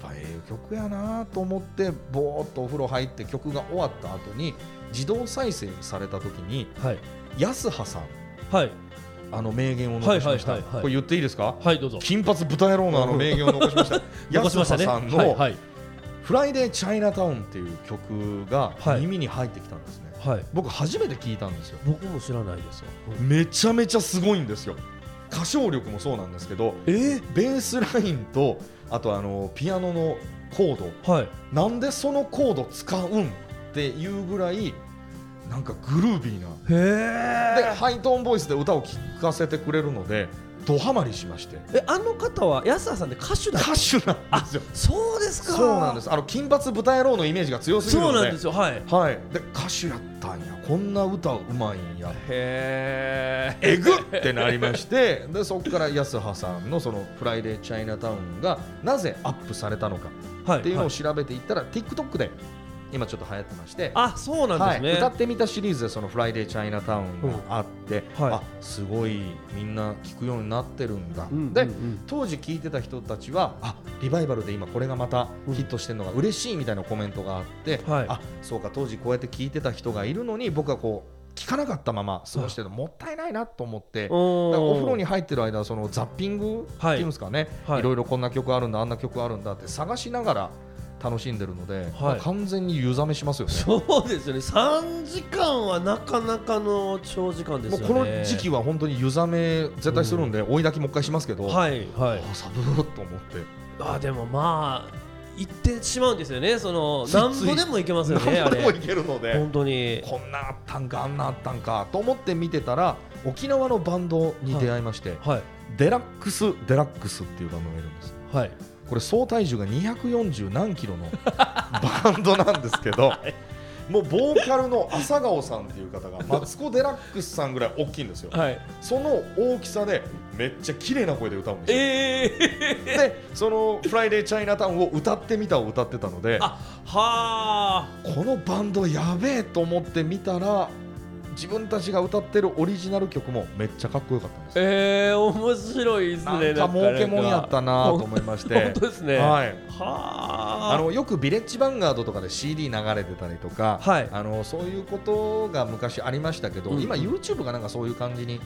Speaker 5: ぱええ曲やなと思ってぼーっとお風呂入って曲が終わった後に自動再生された時に
Speaker 2: はい
Speaker 5: 安羽さん
Speaker 2: はい
Speaker 5: あの名言を残しました、
Speaker 2: はいはいはいはい
Speaker 5: これ言っていいですか
Speaker 2: はいどうぞ
Speaker 5: 金髪豚野郎のあの名言を残しました
Speaker 2: 残しましたね
Speaker 5: 安羽さん
Speaker 2: はい
Speaker 5: の
Speaker 2: はい
Speaker 5: 「フライデーチャイナタウン」っていう曲が
Speaker 2: はい
Speaker 5: 耳に入ってきたんですね、
Speaker 2: はい
Speaker 5: 僕初めて聞いたんですよ
Speaker 2: 僕も知らないですよ、
Speaker 5: めちゃめちゃすごいんですよ歌唱力もそうなんですけど
Speaker 2: え
Speaker 5: ベースラインとあとあのピアノのコード
Speaker 2: はい
Speaker 5: なんでそのコード使うんっていうぐらいなんかグルービーな
Speaker 2: へ
Speaker 5: で
Speaker 2: え
Speaker 5: ハイトーンボイスで歌を聴かせてくれるのでドハマりしまして
Speaker 2: えあの方は安田さんで歌手だ
Speaker 5: 歌手なんですよ
Speaker 2: そうですか
Speaker 5: そうなんですすあの金髪豚野郎のイメージが強すぎる
Speaker 2: そう
Speaker 5: の
Speaker 2: なん
Speaker 5: で
Speaker 2: ですよはい
Speaker 5: はい、で歌手やったんやこんな歌うまいんや
Speaker 2: へえ
Speaker 5: えぐってなりましてでそこから安羽さんの「そのフライデーチャイナタウン」がなぜアップされたのか
Speaker 2: はい
Speaker 5: っていうの
Speaker 2: は
Speaker 5: を
Speaker 2: い
Speaker 5: 調べていったら、TikTok で今ちょっと流行ってまして
Speaker 2: あそうなんですね、
Speaker 5: はい、歌ってみたシリーズでその「フライデーチャイナタウン」があって、
Speaker 2: うんはい
Speaker 5: あすごいみんな聞くようになってるんだ、
Speaker 2: うんうん
Speaker 5: で
Speaker 2: うん
Speaker 5: 当時聞いてた人たちはあリバイバルで今これがまたヒットしてるのが嬉しいみたいなコメントがあって、
Speaker 2: はい
Speaker 5: あそうか当時こうやって聞いてた人がいるのに僕はこう聞かなかったまま過ごしてるのもったいないなと思って。だからお風呂に入ってる間はそのザッピングっていうんですかね、
Speaker 2: はいはい
Speaker 5: いろいろこんな曲あるんだあんな曲あるんだって探しながら楽しんでるので、まあ完全に湯冷めしますよね。
Speaker 2: そうですよね3時間はなかなかの長時間で
Speaker 5: もう
Speaker 2: すよね
Speaker 5: この時期は本当に湯冷め絶対するんで、追い焚きもう一回しますけど、
Speaker 2: はいはい
Speaker 5: あサブーっと思って、
Speaker 2: あでもまあ行ってしまうんですよねその
Speaker 5: ついつい
Speaker 2: 何歩でも行けますよねあ
Speaker 5: 何でもい
Speaker 2: れ
Speaker 5: けるので、
Speaker 2: 本当に
Speaker 5: こんなあったんかあんなあったんかと思って見てたら沖縄のバンドに出会いまして、
Speaker 2: はい
Speaker 5: デラックス・デラックスっていうバンドがいるんです
Speaker 2: はい
Speaker 5: これ総体重が240何キロ のバンドなんですけど、もうボーカルの朝顔さんっていう方がマツコ・デラックスさんぐらい大きいんですよ、
Speaker 2: はい
Speaker 5: その大きさでめっちゃ綺麗な声で歌うんですよ
Speaker 2: ええ
Speaker 5: でその「フライデーチャイナタウン」を歌ってみたを歌ってたので
Speaker 2: あはあ
Speaker 5: このバンドやべえと思ってみたら自分たちが歌ってるオリジナル曲もめっちゃかっこよかったんですよ
Speaker 2: えー、面白いです
Speaker 5: な
Speaker 2: ね
Speaker 5: んか儲けもんやったなと思いまして
Speaker 2: 本当ですね
Speaker 5: はい
Speaker 2: は
Speaker 5: あのよくビレッジヴァンガードとかで CD 流れてたりとか、
Speaker 2: はい
Speaker 5: あのそういうことが昔ありましたけど、
Speaker 2: うんうん
Speaker 5: 今 YouTube がなんかそういう感じに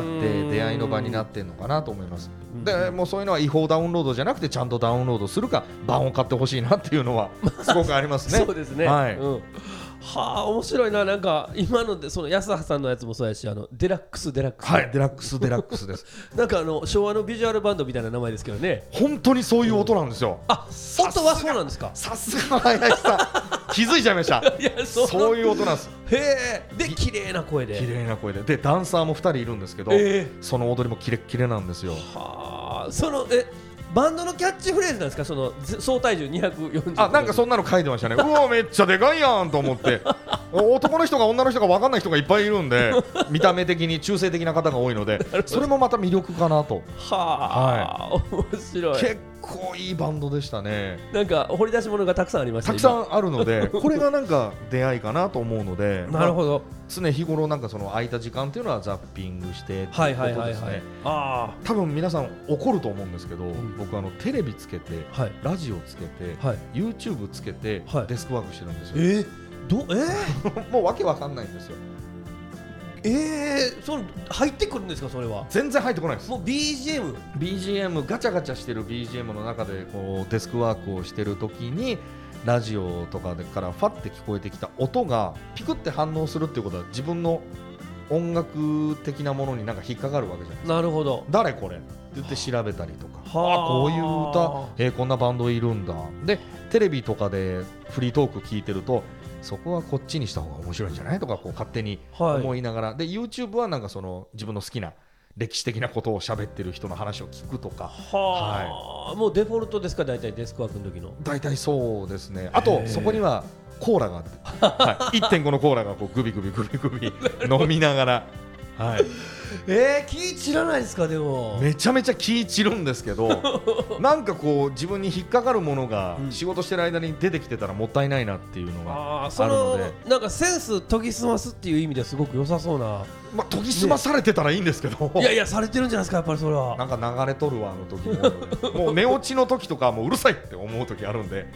Speaker 5: なって出会いの場になってるのかなと思います
Speaker 2: ん
Speaker 5: でもうそういうのは違法ダウンロードじゃなくてちゃんとダウンロードするか版を買ってほしいなっていうの はすごくありますね
Speaker 2: そうですね。
Speaker 5: はい
Speaker 2: うん。はあ、面白いな、なんか、今ので、その安葉さんのやつもそうやし、あの、デラックスデラックス。
Speaker 5: はいデラックスデラックスです
Speaker 2: なんか、あの、昭和のビジュアルバンドみたいな名前ですけどね。
Speaker 5: 本当にそういう音なんですよ
Speaker 2: あ、音はそうなんですか。
Speaker 5: さすが林さん 気づいちゃいました
Speaker 2: いや、そう。
Speaker 5: そういう音なんです
Speaker 2: へえ。で、綺麗な声で。
Speaker 5: 綺麗な声ででダンサーも2人いるんですけど、
Speaker 2: え
Speaker 5: その踊りもキレッキレなんですよ
Speaker 2: えはあ、その、え。バンドのキャッチフレーズなんですか、そのぜ総体重240
Speaker 5: あなんかそんなの書いてま したねうわめっちゃでかいやんと思って男の人が女の人が分かんない人がいっぱいいるんで見た目的に中性的な方が多いのでそれもまた魅力かなと
Speaker 2: はあ、面白い
Speaker 5: 結構いいバンドでしたね
Speaker 2: なんか掘り出し物がたくさんありました
Speaker 5: たくさ
Speaker 2: ん
Speaker 5: んあるの でこれがなんか出会いかなと思うので
Speaker 2: なるほど
Speaker 5: まあ常日頃なんかその空いた時間っていうのはザッピングしてって
Speaker 2: はいいうはい
Speaker 5: こと
Speaker 2: はい
Speaker 5: です
Speaker 2: はい
Speaker 5: ね
Speaker 2: あ
Speaker 5: 多分皆さん怒ると思うんですけど、
Speaker 2: ん
Speaker 5: 僕あのテレビつけて
Speaker 2: あはい
Speaker 5: ラジオつけて、
Speaker 2: はい
Speaker 5: YouTube つけて、
Speaker 2: はい
Speaker 5: デスクワークしてるんですよ
Speaker 2: えどえー
Speaker 5: もうわけわかんないんですよ
Speaker 2: えー、その入ってくるんですかそれは
Speaker 5: 全然入ってこないです
Speaker 2: もう BGM
Speaker 5: BGM ガチャガチャしてる BGM の中でこうデスクワークをしてる時にラジオとかでからファって聞こえてきた音がピクって反応するっていうことは自分の音楽的なものになんか引っかかるわけじゃない
Speaker 2: なるほど
Speaker 5: 誰これって言って調べたりとか
Speaker 2: はあ
Speaker 5: あこういう歌、えーこんなバンドいるんだでテレビとかでフリートーク聞いてるとそこはこっちにした方が面白いんじゃないとかこう勝手に
Speaker 2: はい
Speaker 5: 思いながら、で YouTube はなんかその自分の好きな歴史的なことを喋ってる人の話を聞くとか
Speaker 2: はあ、もうデフォルトですか大体デスクワークの時の
Speaker 5: 大体そうですねあとそこにはコーラがあって、はい、1.5のコーラがこうグビグビグビグビ飲みながら、はい、
Speaker 2: えー、気散らないですかでも
Speaker 5: めちゃめちゃ気散るんですけ どなんかこう自分に引っかかるものが
Speaker 2: うん
Speaker 5: 仕事してる間に出てきてたらもったいないなっていうのが、
Speaker 2: あーその
Speaker 5: ある
Speaker 2: なんかセンス研ぎ澄ますっていう意味ではすごく良さそうな
Speaker 5: まあ、研ぎ澄まされてたらいいんですけど。
Speaker 2: いやいやされてるんじゃないですかやっぱりそれ
Speaker 5: な
Speaker 2: は
Speaker 5: んか流れとるわあの時ももう寝落ちの時とかもううるさいって思う時あるんで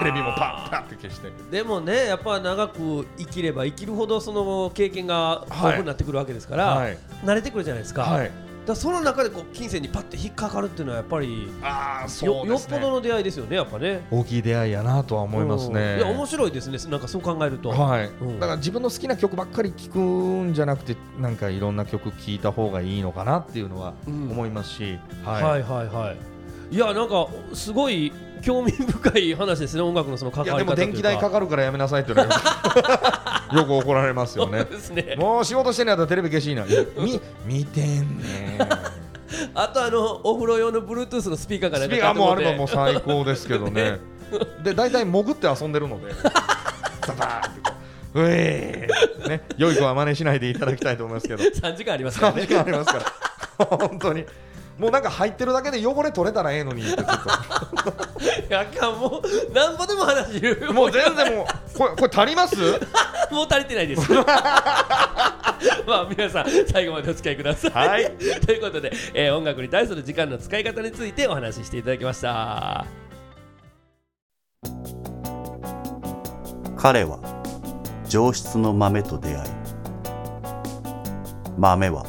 Speaker 5: テレビもパッパッって消して
Speaker 2: でもねやっぱ長く生きれば生きるほどその経験が豊富になってくるわけですから、
Speaker 5: はい
Speaker 2: 慣れてくるじゃないですか,、
Speaker 5: はい
Speaker 2: だからその中でこう金銭にパッて引っかかるっていうのはやっぱり
Speaker 5: ああ
Speaker 2: よ
Speaker 5: そう
Speaker 2: よ
Speaker 5: で
Speaker 2: っ
Speaker 5: す
Speaker 2: ぽ
Speaker 5: ね
Speaker 2: どの出会いですよねやっぱね
Speaker 5: 大きい出会いやなとは思います
Speaker 2: う
Speaker 5: ね
Speaker 2: んいや面白いですねなんかそう考えると、
Speaker 5: はい、
Speaker 2: うん
Speaker 5: だから自分の好きな曲ばっかり聴くんじゃなくてなんかいろんな曲聴いた方がいいのかなっていうのは
Speaker 2: うん
Speaker 5: 思いますし、
Speaker 2: は、
Speaker 5: はいい、
Speaker 2: はいはいいやなんかすごい興味深い話ですね音楽のその関
Speaker 5: い
Speaker 2: わ
Speaker 5: やで
Speaker 2: り方
Speaker 5: も
Speaker 2: というか
Speaker 5: 電気代かかるからやめなさいって言われ よく怒られますよね
Speaker 2: そうですね
Speaker 5: もう仕事してないやったらテレビ消しいいな み見てんね
Speaker 2: あとあのお風呂用の Bluetooth のスピーカーかな
Speaker 5: ス
Speaker 2: ん
Speaker 5: ピ
Speaker 2: か
Speaker 5: ーカーもあればも
Speaker 2: 買
Speaker 5: う
Speaker 2: って
Speaker 5: 最高ですけど ねで大体潜って遊んでるのでザバーンってこううえーね良い子は真似しないでいただきたいと思いますけど
Speaker 2: 3時間ありますから
Speaker 5: 3時
Speaker 2: ね
Speaker 5: 間ありますから本当にもうなんか入ってるだけで汚れ取れたらええのにってちょっ
Speaker 2: いやあかんもうなんぼでも話言
Speaker 5: と
Speaker 2: う
Speaker 5: もう全然もうこれこれ足ります
Speaker 2: もう足りてないで すまあ皆さん最後までお付き合いください、
Speaker 5: はい、
Speaker 2: ということで、えー音楽に対する時間の使い方についてお話ししていただきました
Speaker 3: 彼は上質の豆と出会い豆は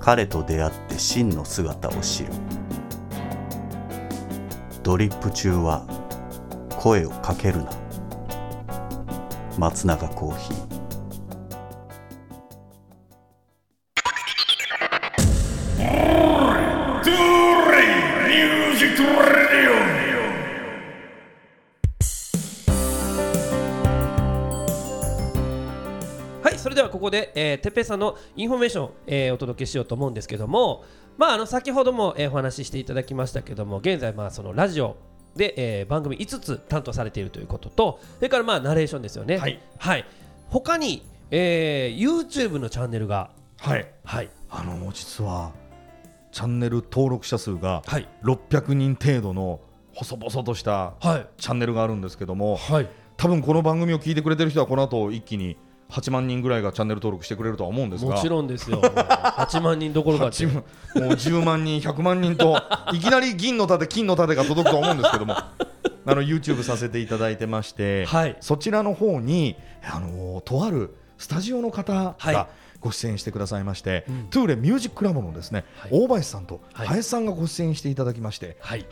Speaker 3: 彼と出会って真の姿を知るドリップ中は声をかけるな松永コーヒー
Speaker 6: Toure Music Radio.
Speaker 2: はいそれではここで、えー、てっぺいさんのインフォメーション、えーお届けしようと思うんですけどもまああの先ほども、えーお話ししていただきましたけども現在まあそのラジオで、えー番組5つ担当されているということとそれからまあナレーションですよね
Speaker 5: はい、
Speaker 2: はい、他に、えー YouTube のチャンネルが
Speaker 5: はい
Speaker 2: はい
Speaker 5: あの実はチャンネル登録者数が
Speaker 2: はい
Speaker 5: 600人程度の細々とした
Speaker 2: はい
Speaker 5: チャンネルがあるんですけども
Speaker 2: はい
Speaker 5: 多分この番組を聞いてくれてる人はこの後一気に8万人ぐらいがチャンネル登録してくれるとは思うんですが
Speaker 2: もちろんで すよ8万人どころかって
Speaker 5: 8万もう10万人100万人といきなり銀の盾金の盾が届くと思うんですけ どもあの YouTube させていただいてまして、
Speaker 2: はい
Speaker 5: そちらの方にあのとあるスタジオの方
Speaker 2: はい
Speaker 5: がご出演してくださいまして、トゥーレミュージックラボのですね、大林さんと
Speaker 2: はい
Speaker 5: 林さんがご出演していただきまして、
Speaker 2: はい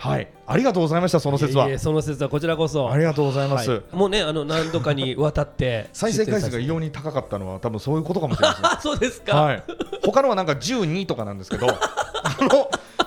Speaker 5: ありがとうございましたその説はい
Speaker 2: えいえその説はこちらこそ
Speaker 5: ありがとうございます、
Speaker 2: はいもうねあの何度かにわたって
Speaker 5: 再生回数が異
Speaker 2: 出演さ
Speaker 5: 様に高かったのは多分そういうことかもしれません
Speaker 2: せてあそうですか、
Speaker 5: はい、他のはなんか12とかなんです けどあの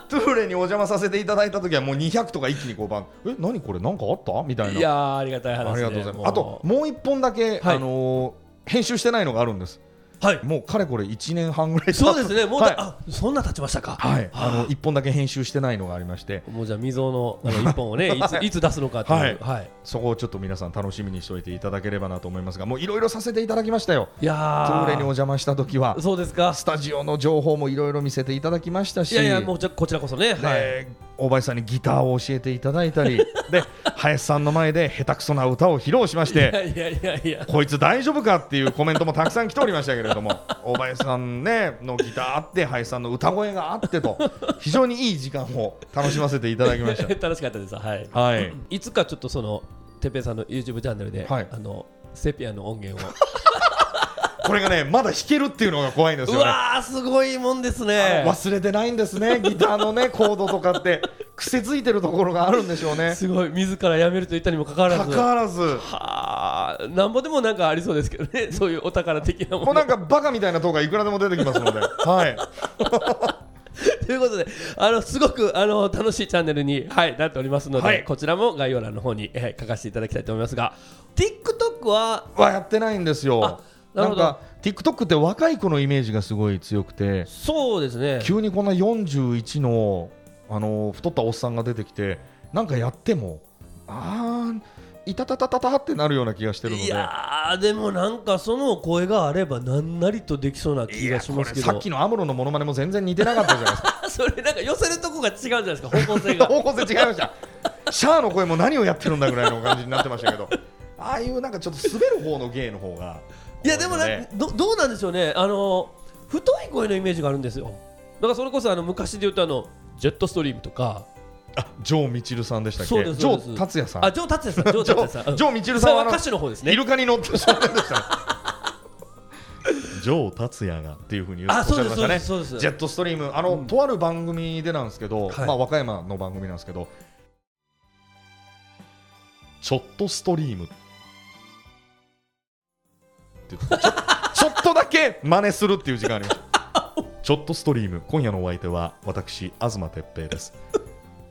Speaker 5: トゥーレにお邪魔させていただいた時はもう200とか一気にこう番え何これなんかあったみたい
Speaker 2: い
Speaker 5: な
Speaker 2: やーありがたい話
Speaker 5: あ
Speaker 2: で
Speaker 5: りがとうござい
Speaker 2: も
Speaker 5: ますあともう一本だけ、
Speaker 2: はい
Speaker 5: あのー編集してないのがあるんです
Speaker 2: はい
Speaker 5: もうかれこれ1年半ぐらい経つ
Speaker 2: そうですねもうだ、
Speaker 5: はい、
Speaker 2: あそんな経ちましたか
Speaker 5: はいあの1本だけ編集してないのがありまして
Speaker 2: もうじゃあ未曾有のあの一本 をねいついつ出すのかっていう
Speaker 5: は
Speaker 2: はいい、
Speaker 5: そこをちょっと皆さん楽しみにしておいていただければなと思いますがもういろいろさせていただきましたよ
Speaker 2: いや
Speaker 5: トゥ
Speaker 2: ー
Speaker 5: ーレにお邪魔した時は
Speaker 2: そうですか
Speaker 5: スタジオの情報もいろいろ見せていただきましたし
Speaker 2: いやいやもうじゃこちらこそねはい
Speaker 5: で大林さんにギターを教えていただいた りで林さんの前で下手くそな歌を披露しまし
Speaker 2: いや
Speaker 5: て。
Speaker 2: いやいやいや
Speaker 5: こいつ大丈夫かっていうコメントもたくさん来ておりましたけれども大林さん、ね、のギターあって林さんの歌声があって と非常にいい時間を楽しませていただきまし
Speaker 2: 楽しかったです はい
Speaker 5: た。はい
Speaker 2: いつかちょっとそのてっぺいさんの YouTube チャンネルで、
Speaker 5: はい
Speaker 2: あのセピアの音源を
Speaker 5: これがねまだ弾ける っていうのが怖いんです
Speaker 2: う
Speaker 5: よね。あ
Speaker 2: わーすごいもんです
Speaker 5: の
Speaker 2: ね
Speaker 5: 忘れてないんですねギターの ねコードとかって癖ついてるところがあるんでしょうね。
Speaker 2: すごい自ら辞めると言ったにもかかわら
Speaker 5: か
Speaker 2: ず
Speaker 5: かわらず
Speaker 2: はあなんぼでもなんかありそうですけど ねそういうお宝的なも
Speaker 5: もう
Speaker 2: の
Speaker 5: なんかバカみたいな動画いくらでも出てきますの で。はい
Speaker 2: ということであのすごくあの楽しいチャンネルに、はい、なっておりますので、
Speaker 5: はい
Speaker 2: こちらも概要欄の方に、えー書かせていただきたいと思いますが TikTok は
Speaker 5: はやってないんですよ
Speaker 2: あ。な
Speaker 5: なん
Speaker 2: るほど
Speaker 5: か TikTok って若い子のイメージがすごい強くて
Speaker 2: そうですね
Speaker 5: 急にこんな41の、あのー太ったおっさんが出てきてなんかやってもあーいたたたたたってなるような気がしてるの
Speaker 2: い
Speaker 5: で
Speaker 2: やーでもなんかそのお声があれば何なりとできそうな気がしますけど
Speaker 5: さっきのアムロのモノマネも全然似てなかったじゃないです か
Speaker 2: それなんか寄せるとこが違うじゃないですか方向性 が
Speaker 5: 方向性違いましたシャアの声も何をやってるんだぐらいの感じになってました けどああいうなんかちょっと滑る方の芸の方が
Speaker 2: いやでもねどどうなんでしょうねあの太い声のイメージがあるんですよだからそれこそあの昔で言うとあのジェットストリームとか
Speaker 5: あジョー・ミチルさんでしたっ
Speaker 2: そう
Speaker 5: け
Speaker 2: です
Speaker 5: ジ
Speaker 2: そう
Speaker 5: ョ
Speaker 2: です
Speaker 5: ー達也さん
Speaker 2: あジョー達也さんジョー
Speaker 5: ジ
Speaker 2: 達
Speaker 5: ョ
Speaker 2: 也さんう
Speaker 5: ー
Speaker 2: ん
Speaker 5: ジョー・ミチル
Speaker 2: そ
Speaker 5: さ
Speaker 2: れ
Speaker 5: んはあ
Speaker 2: は
Speaker 5: の
Speaker 2: 歌手の方です
Speaker 5: イ
Speaker 2: ね
Speaker 5: ルカに乗ってしまったんでしたね。 ジョー達也がっていうふうに言うお
Speaker 2: あ
Speaker 5: っし
Speaker 2: そ
Speaker 5: ゃ
Speaker 2: う
Speaker 5: い
Speaker 2: で
Speaker 5: ますし
Speaker 2: そ
Speaker 5: た
Speaker 2: うで
Speaker 5: ね
Speaker 2: す。そうです
Speaker 5: ジェットストリーム、あの、とある番組でなんですけど、
Speaker 2: はい
Speaker 5: まあ和歌山の番組なんですけど、ちょっとストリームって言ってちょちょっとだけ真似するっていう時間あります。ちょっとストリーム、今夜のお相手は私、東哲平です。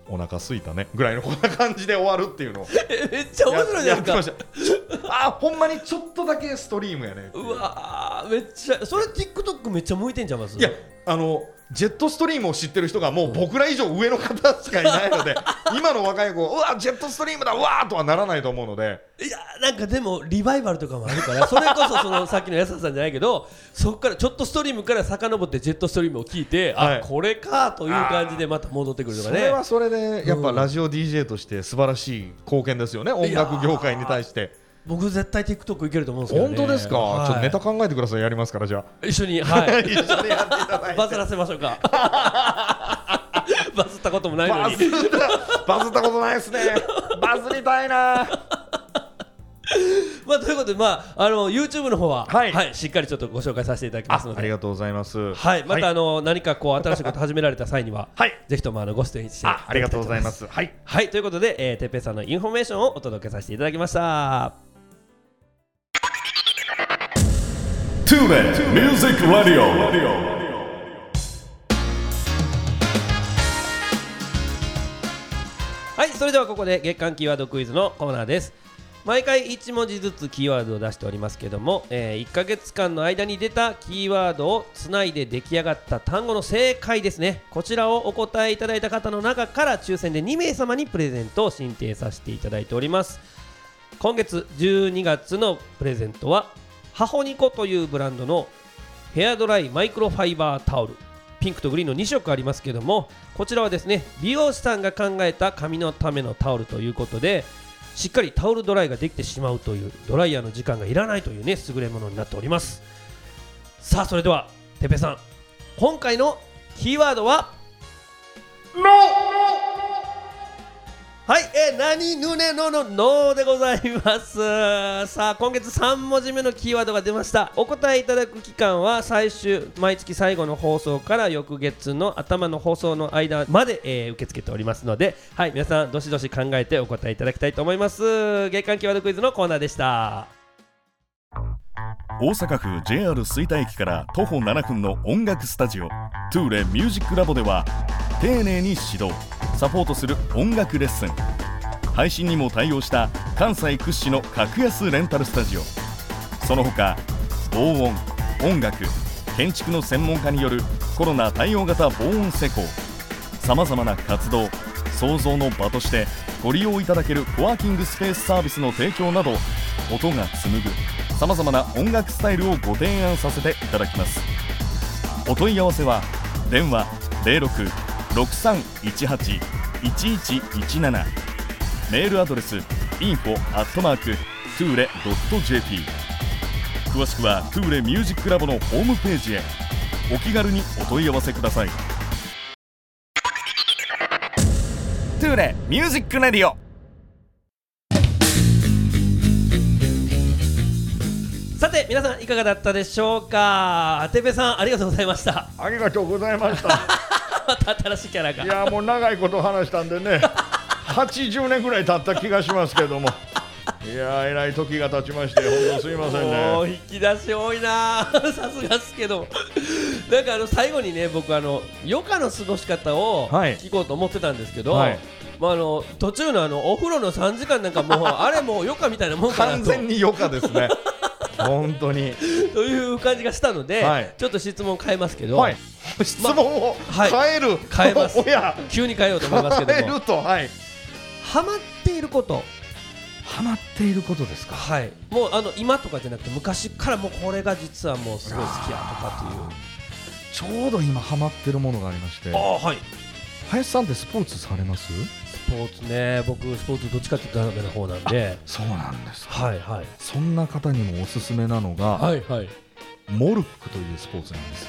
Speaker 5: お腹すいたねぐらいのこんな感じで終わるっていうのを
Speaker 2: めっちゃ面白いじゃ
Speaker 5: やや
Speaker 2: ない
Speaker 5: って
Speaker 2: で
Speaker 5: ますし
Speaker 2: か
Speaker 5: たちょあほんまにちょっとだけストリームやね
Speaker 2: うわーめっちゃそれ TikTok めっちゃ向いてんじゃいます
Speaker 5: いやあのジェットストリームを知ってる人がもう僕ら以上上の方しかいないの で今の若い子うわジェットストリームだうわーとはならないと思うので
Speaker 2: いやなんかでもリバイバルとかもあるからそれこそそのさっきの安田さんじゃないけど そこからちょっとストリームから遡ってジェットストリームを聞いて、
Speaker 5: はい
Speaker 2: あこれかという感じでまた戻ってくるとか
Speaker 5: そ
Speaker 2: ね
Speaker 5: れはそれでやっ
Speaker 2: う
Speaker 5: ぱ
Speaker 2: ん
Speaker 5: ラジオ DJ として素晴らしい貢献ですよね音楽業界に対して
Speaker 2: 僕絶対 TikTok いけると思うんですけど、
Speaker 5: 本
Speaker 2: ね、
Speaker 5: 当ですか、
Speaker 2: はい
Speaker 5: ちょっとネタ考えてくださいやりますからじゃ
Speaker 2: 一緒に、
Speaker 5: あ、
Speaker 2: は い、
Speaker 5: 一緒にやっていただいて
Speaker 2: バズらせましょうか バズったこともないの
Speaker 5: バ
Speaker 2: に
Speaker 5: ズったバズったことないですねバズりたいな
Speaker 2: まあということで、まあ、あの YouTube の方
Speaker 5: は
Speaker 2: は、はいいしっかりちょっとご紹介させていただきますの
Speaker 5: あ
Speaker 2: で
Speaker 5: ありがとうございます
Speaker 2: はい、また、あの何かこう新しいこと始められた際には、
Speaker 5: はい
Speaker 2: ぜひともあのご出演していただき
Speaker 5: あ
Speaker 2: た
Speaker 5: ありがとうござい
Speaker 2: 思
Speaker 5: ますはい
Speaker 2: はい、ということで、えー、てっぺいさんのインフォメーションをお届けさせていただきました。
Speaker 6: Tune in Music Radio.
Speaker 2: はい、それではここで月間キーワードクイズのコーナーです。毎回1文字ずつキーワードを出しておりますけども、え1ヶ月間の間に出たキーワードをつないで出来上がった単語の正解ですねこちらをお答えいただいた方の中から抽選で2名様にプレゼントを申請させていただいております今月12月のプレゼントはハホニコというブランドのヘアドライマイクロファイバータオルピンクとグリーンの2色ありますけどもこちらはですね美容師さんが考えた髪のためのタオルということでしっかりタオルドライができてしまうというドライヤーの時間がいらないというね優れものになっておりますさあそれではてぺさん今回のキーワードははい、えー、何ぬねのののでございます。 さあ、今月3文字目のキーワードが出ました。お答えいただく期間は最終、毎月最後の放送から翌月の頭の放送の間まで、えー受け付けておりますので、はい、皆さん、どしどし考えてお答えいただきたいと思います。月間キーワードクイズのコーナーでした。
Speaker 6: 大阪府 JR 吹田駅から徒歩7分の音楽スタジオトゥーレミュージックラボでは丁寧に指導サポートする音楽レッスン配信にも対応した関西屈指の格安レンタルスタジオその他防音音楽建築の専門家によるコロナ対応型防音施工さまざまな活動創造の場としてご利用いただけるコワーキングスペースサービスの提供など音が紡ぐさまざまな音楽スタイルをご提案させていただきますお問い合わせは電話0663181117メールアドレス info at mark tule.jp 詳しくは Tule ミュージックラボのホームページへお気軽にお問い合わせください
Speaker 4: トゥーレミュージックレディオ
Speaker 2: さて、皆さん、いかがだったでしょうか。てぺさん、ありがとうございました。
Speaker 7: ありがとうございま した。
Speaker 2: また新しいキャラが
Speaker 7: い。やもう長いこと話したんでね、80年ぐらい経った気がしますけども。いやえらい時が経ちまして本当すいません
Speaker 2: もう
Speaker 7: ね。
Speaker 2: 引き出し多いな さすがっすけどなんかあの最後にね僕あの余暇の過ごし方を
Speaker 5: はい
Speaker 2: 聞こうと思ってたんですけど、
Speaker 5: はい
Speaker 2: まあ、あの途中のあのお風呂の3時間なんかもうあれもう余暇みたいなもんかな
Speaker 5: 完
Speaker 2: と
Speaker 5: 全に余暇ですね本当に
Speaker 2: という感じがしたので、
Speaker 5: はい
Speaker 2: ちょっと質問変えますけど、
Speaker 5: はい質問を
Speaker 2: はい
Speaker 5: 変える、
Speaker 2: 変えます
Speaker 5: おや
Speaker 2: 急に変えようと思いますけ
Speaker 5: 変
Speaker 2: ど
Speaker 5: え
Speaker 2: も
Speaker 5: るとはい
Speaker 2: ハマっていること
Speaker 5: ハマっていることですか
Speaker 2: はいもうあの今とかじゃなくて昔からもうこれが実はもうすごい好きやとかっていう
Speaker 5: ちょうど今ハマってるものがありまして
Speaker 2: ああはい
Speaker 5: 林さんってスポーツされます
Speaker 2: スポーツね僕スポーツどっちかっていうとダメな方なんで
Speaker 5: そうなんです
Speaker 2: はいはい
Speaker 5: そんな方にもおすすめなのが、
Speaker 2: はいはい。
Speaker 5: モルックというスポーツなんです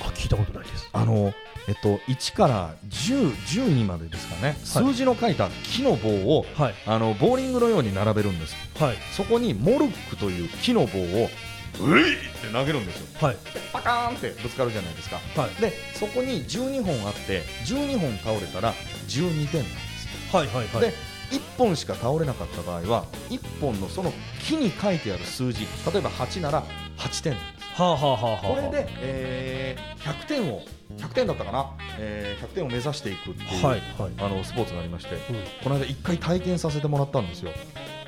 Speaker 2: あ、聞いたことないです。
Speaker 5: あのえっと1から10 12までですかね、数字の書いた木の棒を
Speaker 2: はい。
Speaker 5: あのボーリングのように並べるんです
Speaker 2: はい。
Speaker 5: そこにモルックという木の棒をういって投げるんですよ
Speaker 2: はい。
Speaker 5: パカーンってぶつかるじゃないですか
Speaker 2: はい。
Speaker 5: でそこに12本あって12本倒れたら12点なんですよ
Speaker 2: はい。はい。はい。
Speaker 5: で1本しか倒れなかった場合は1本のその木に書いてある数字例えば8なら8点
Speaker 2: はあ、はあ、はあ、はあ。
Speaker 5: これで、えー100点を100点だったかな、えー100点を目指していくっていう、
Speaker 2: はい。はい。
Speaker 5: あのスポーツがありまして、
Speaker 2: ん
Speaker 5: この間1回体験させてもらったんですよ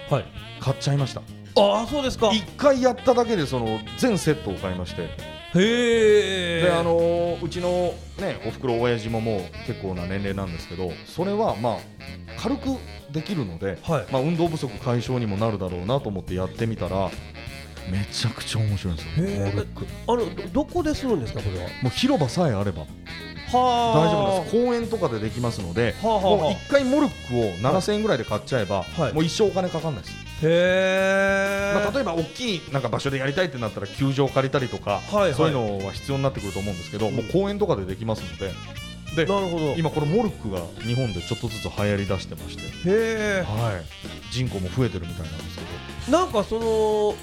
Speaker 2: はい。
Speaker 5: 買っちゃいました
Speaker 2: ああ、そうですか。へ
Speaker 5: 1回やっただけでその全セットを買いまして
Speaker 2: え。
Speaker 5: であ。のーうちの、ね、おふくろ親父ももう結構な年齢なんですけどそれはまあ軽くできるので、
Speaker 2: はい。
Speaker 5: まあ、運動不足解消にもなるだろうなと思ってやってみたらめちゃくちゃ面白いんですよ
Speaker 2: へ
Speaker 5: モ
Speaker 2: え
Speaker 5: ルック。
Speaker 2: あの、どどこでするんですか、これは。
Speaker 5: もう広場さえあれば大
Speaker 2: は
Speaker 5: 丈夫です公園とかでできますので、
Speaker 2: はあはあはあ
Speaker 5: もう1回モルックを7000円ぐらいで買っちゃえば、
Speaker 2: はい
Speaker 5: もう一生お金かかんないです、
Speaker 2: す。へえ。
Speaker 5: まあ、例えば大きいなんか場所でやりたいってなったら球場借りたりとか、
Speaker 2: はいはい
Speaker 5: そういうのは必要になってくると思うんですけど、もう公園とかでできますのでで
Speaker 2: なるほど。へ
Speaker 5: 今このモルックが日本でちょっとずつ流行りだしてまして、
Speaker 2: え。
Speaker 5: はい、人口も増えてるみたいなんですけど
Speaker 2: なんか、その。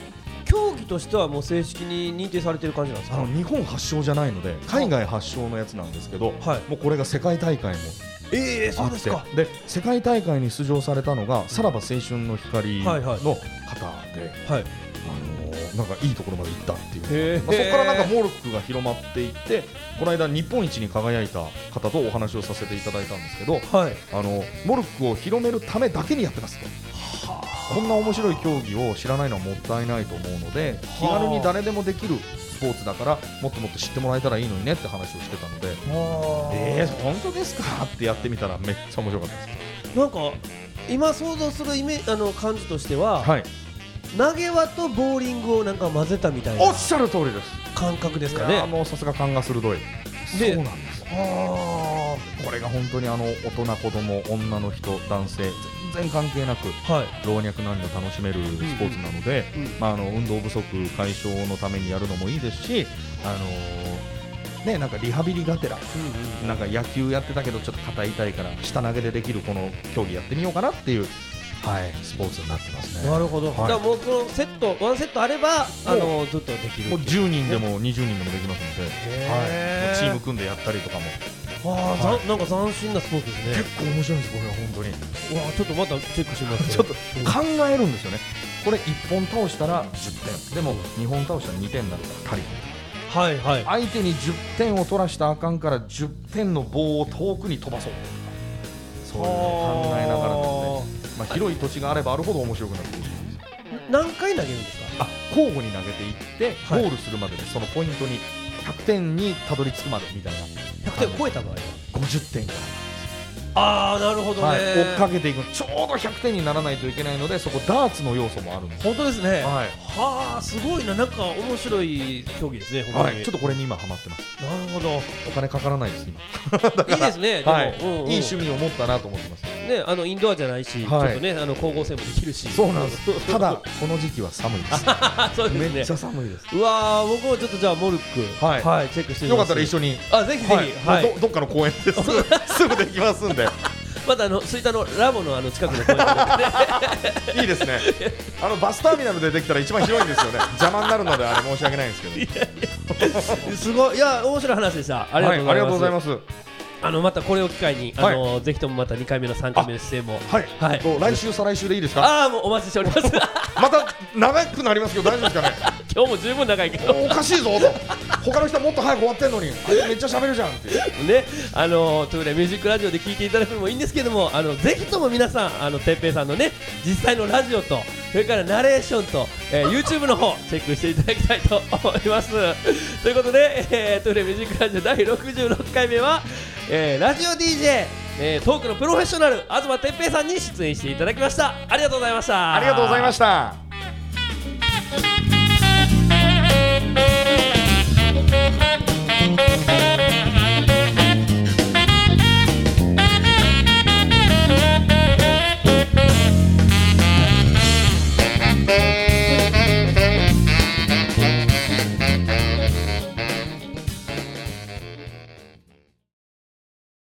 Speaker 2: 競技としてはもう正式に認定されてる感じなんです
Speaker 5: あ
Speaker 2: か
Speaker 5: の。日本発祥じゃないので海外発祥のやつなんですけど、
Speaker 2: はい
Speaker 5: もうこれが世界大会も
Speaker 2: ええ、
Speaker 5: あ
Speaker 2: そうで
Speaker 5: っ
Speaker 2: す
Speaker 5: て
Speaker 2: か。
Speaker 5: で世界大会に出場されたのがさらば青春の光の
Speaker 2: はい
Speaker 5: 方で、
Speaker 2: はいはい。
Speaker 5: あのーなんかいいところまで行ったっていう。
Speaker 2: へえ
Speaker 5: まあ、そこからなんかモルックが広まっていってこの間日本一に輝いた方とお話をさせていただいたんですけど
Speaker 2: はい。
Speaker 5: あのモルックを広めるためだけにやってますとこんな面白い競技を知らないのはもったいないと思うので気軽に誰でもできるスポーツだからもっともっと知ってもらえたらいいのにねって話をしてたのでえー、本当ですかってやってみたらめっちゃ面白かったです
Speaker 2: なんか。今想像するイメージあの感じとしては、
Speaker 5: はい
Speaker 2: 投げ輪とボーリングをなんか混ぜたみたい
Speaker 5: お
Speaker 2: な
Speaker 5: っしゃる通りです
Speaker 2: 感覚ですか
Speaker 5: いやー
Speaker 2: ね。
Speaker 5: もうさすが勘が鋭い
Speaker 2: で
Speaker 5: そうなんです
Speaker 2: あ
Speaker 5: これれが本当にあの大人子供女の人男性全然関係なく
Speaker 2: はい
Speaker 5: 老若男女楽しめるスポーツなので、
Speaker 8: うん
Speaker 5: まあ、あの運動不足解消のためにやるのもいいですし、あのーね、なんかリハビリがてら、なんか野球やってたけどちょっと肩痛いから下投げでできるこの競技やってみようかなっていう、はい、スポーツになってますね。
Speaker 2: なるほど、
Speaker 5: はい
Speaker 2: だからもうこのセットワンセットあればあのずっとできる
Speaker 5: もう10人でも20人でもできますので、はい、チーム組んでやったりとかも
Speaker 2: あー、
Speaker 5: はい
Speaker 2: ざんなんか斬新なスポーツですね
Speaker 5: 結構面白いんです、これは本当に。
Speaker 2: うわちょっとまたチェックします
Speaker 5: ちょっと考えるんですよね、これ1本倒したら10点、でも2本倒したら2点だったら足りない
Speaker 2: はいはい
Speaker 5: 相手に10点を取らしたらあかんから10点の棒を遠くに飛ばそうそういうのを考えながらですね、まあ、広い土地があればあるほど面白くなってくるんですよ
Speaker 2: 何回投げるんですか
Speaker 5: あ交互に投げていって
Speaker 2: はい
Speaker 5: ゴールするまででそのポイントに100点にたどり着くまでみたいな
Speaker 2: 100点を超えた場合は
Speaker 5: 50点か
Speaker 2: ああなるほど
Speaker 5: ら、はい、追っかけていくちょうど100点にならないといけないのでそこダーツの要素もあるんですよ
Speaker 2: 本当ですね
Speaker 5: はい
Speaker 2: はあすごいななんか面白い競技ですね本当
Speaker 5: は
Speaker 2: に、
Speaker 5: い、ちょっとこれに今ハマってます
Speaker 2: なるほど
Speaker 5: お金かからないです今
Speaker 2: いいですねでも、
Speaker 5: はい、
Speaker 2: うんうん
Speaker 5: いい趣味を持ったなと思ってます
Speaker 2: ねあのインドアじゃないし、
Speaker 5: はい
Speaker 2: ちょっとねあの光合成もできるし
Speaker 5: そうなんです。 ただこの時期は寒い です。
Speaker 2: あそうですね
Speaker 5: めっちゃ寒いです。
Speaker 2: うわー僕もちょっとじゃあモルック
Speaker 5: はい
Speaker 2: チェックしてみ
Speaker 5: よ
Speaker 2: ま
Speaker 5: か
Speaker 2: す
Speaker 5: ったら一緒に。
Speaker 2: あぜひぜひはい、
Speaker 5: もうどどっかの公園 ですすぐできますんで。
Speaker 2: またあの吹田のラボのあの近くの公園とかでね
Speaker 5: いいですね。あのバスターミナルでできたら一番広いんですよ ね。邪魔になるのであれ申し訳ないんですけど。
Speaker 2: すごいいや面白い話でしたありが
Speaker 5: はい
Speaker 2: とう
Speaker 5: ありがとう
Speaker 2: ご
Speaker 5: ござ
Speaker 2: ざい
Speaker 5: い
Speaker 2: ま
Speaker 5: ますす。は
Speaker 2: あのまたこれを機会にあの、ぜひともまた2回目の3回目の出演も
Speaker 5: い。
Speaker 2: はい
Speaker 5: もう来週再来週でいいですか。
Speaker 2: ああもうお待ちしております
Speaker 5: また長くなりますけど大丈夫ですかね。
Speaker 2: 今日も十分長いけど
Speaker 5: おかしいぞと。他の人はもっと早く終わってんのに、あいつめっちゃ喋るじゃんっていう。
Speaker 2: ね、あのトゥーレミュージックラジオで聞いていただくのもいいんですけども、あのぜひとも皆さん、あのてっぺいさんのね、実際のラジオと、それからナレーションと、えー、YouTube の方チェックしていただきたいと思います。ということで、えー、トゥーレミュージックラジオ第66回目は、えー、ラジオ DJ、えー、トークのプロフェッショナル、東てっぺいさんに出演していただきました。ありがとうございました。
Speaker 5: ありがとうございました。
Speaker 9: Thank you.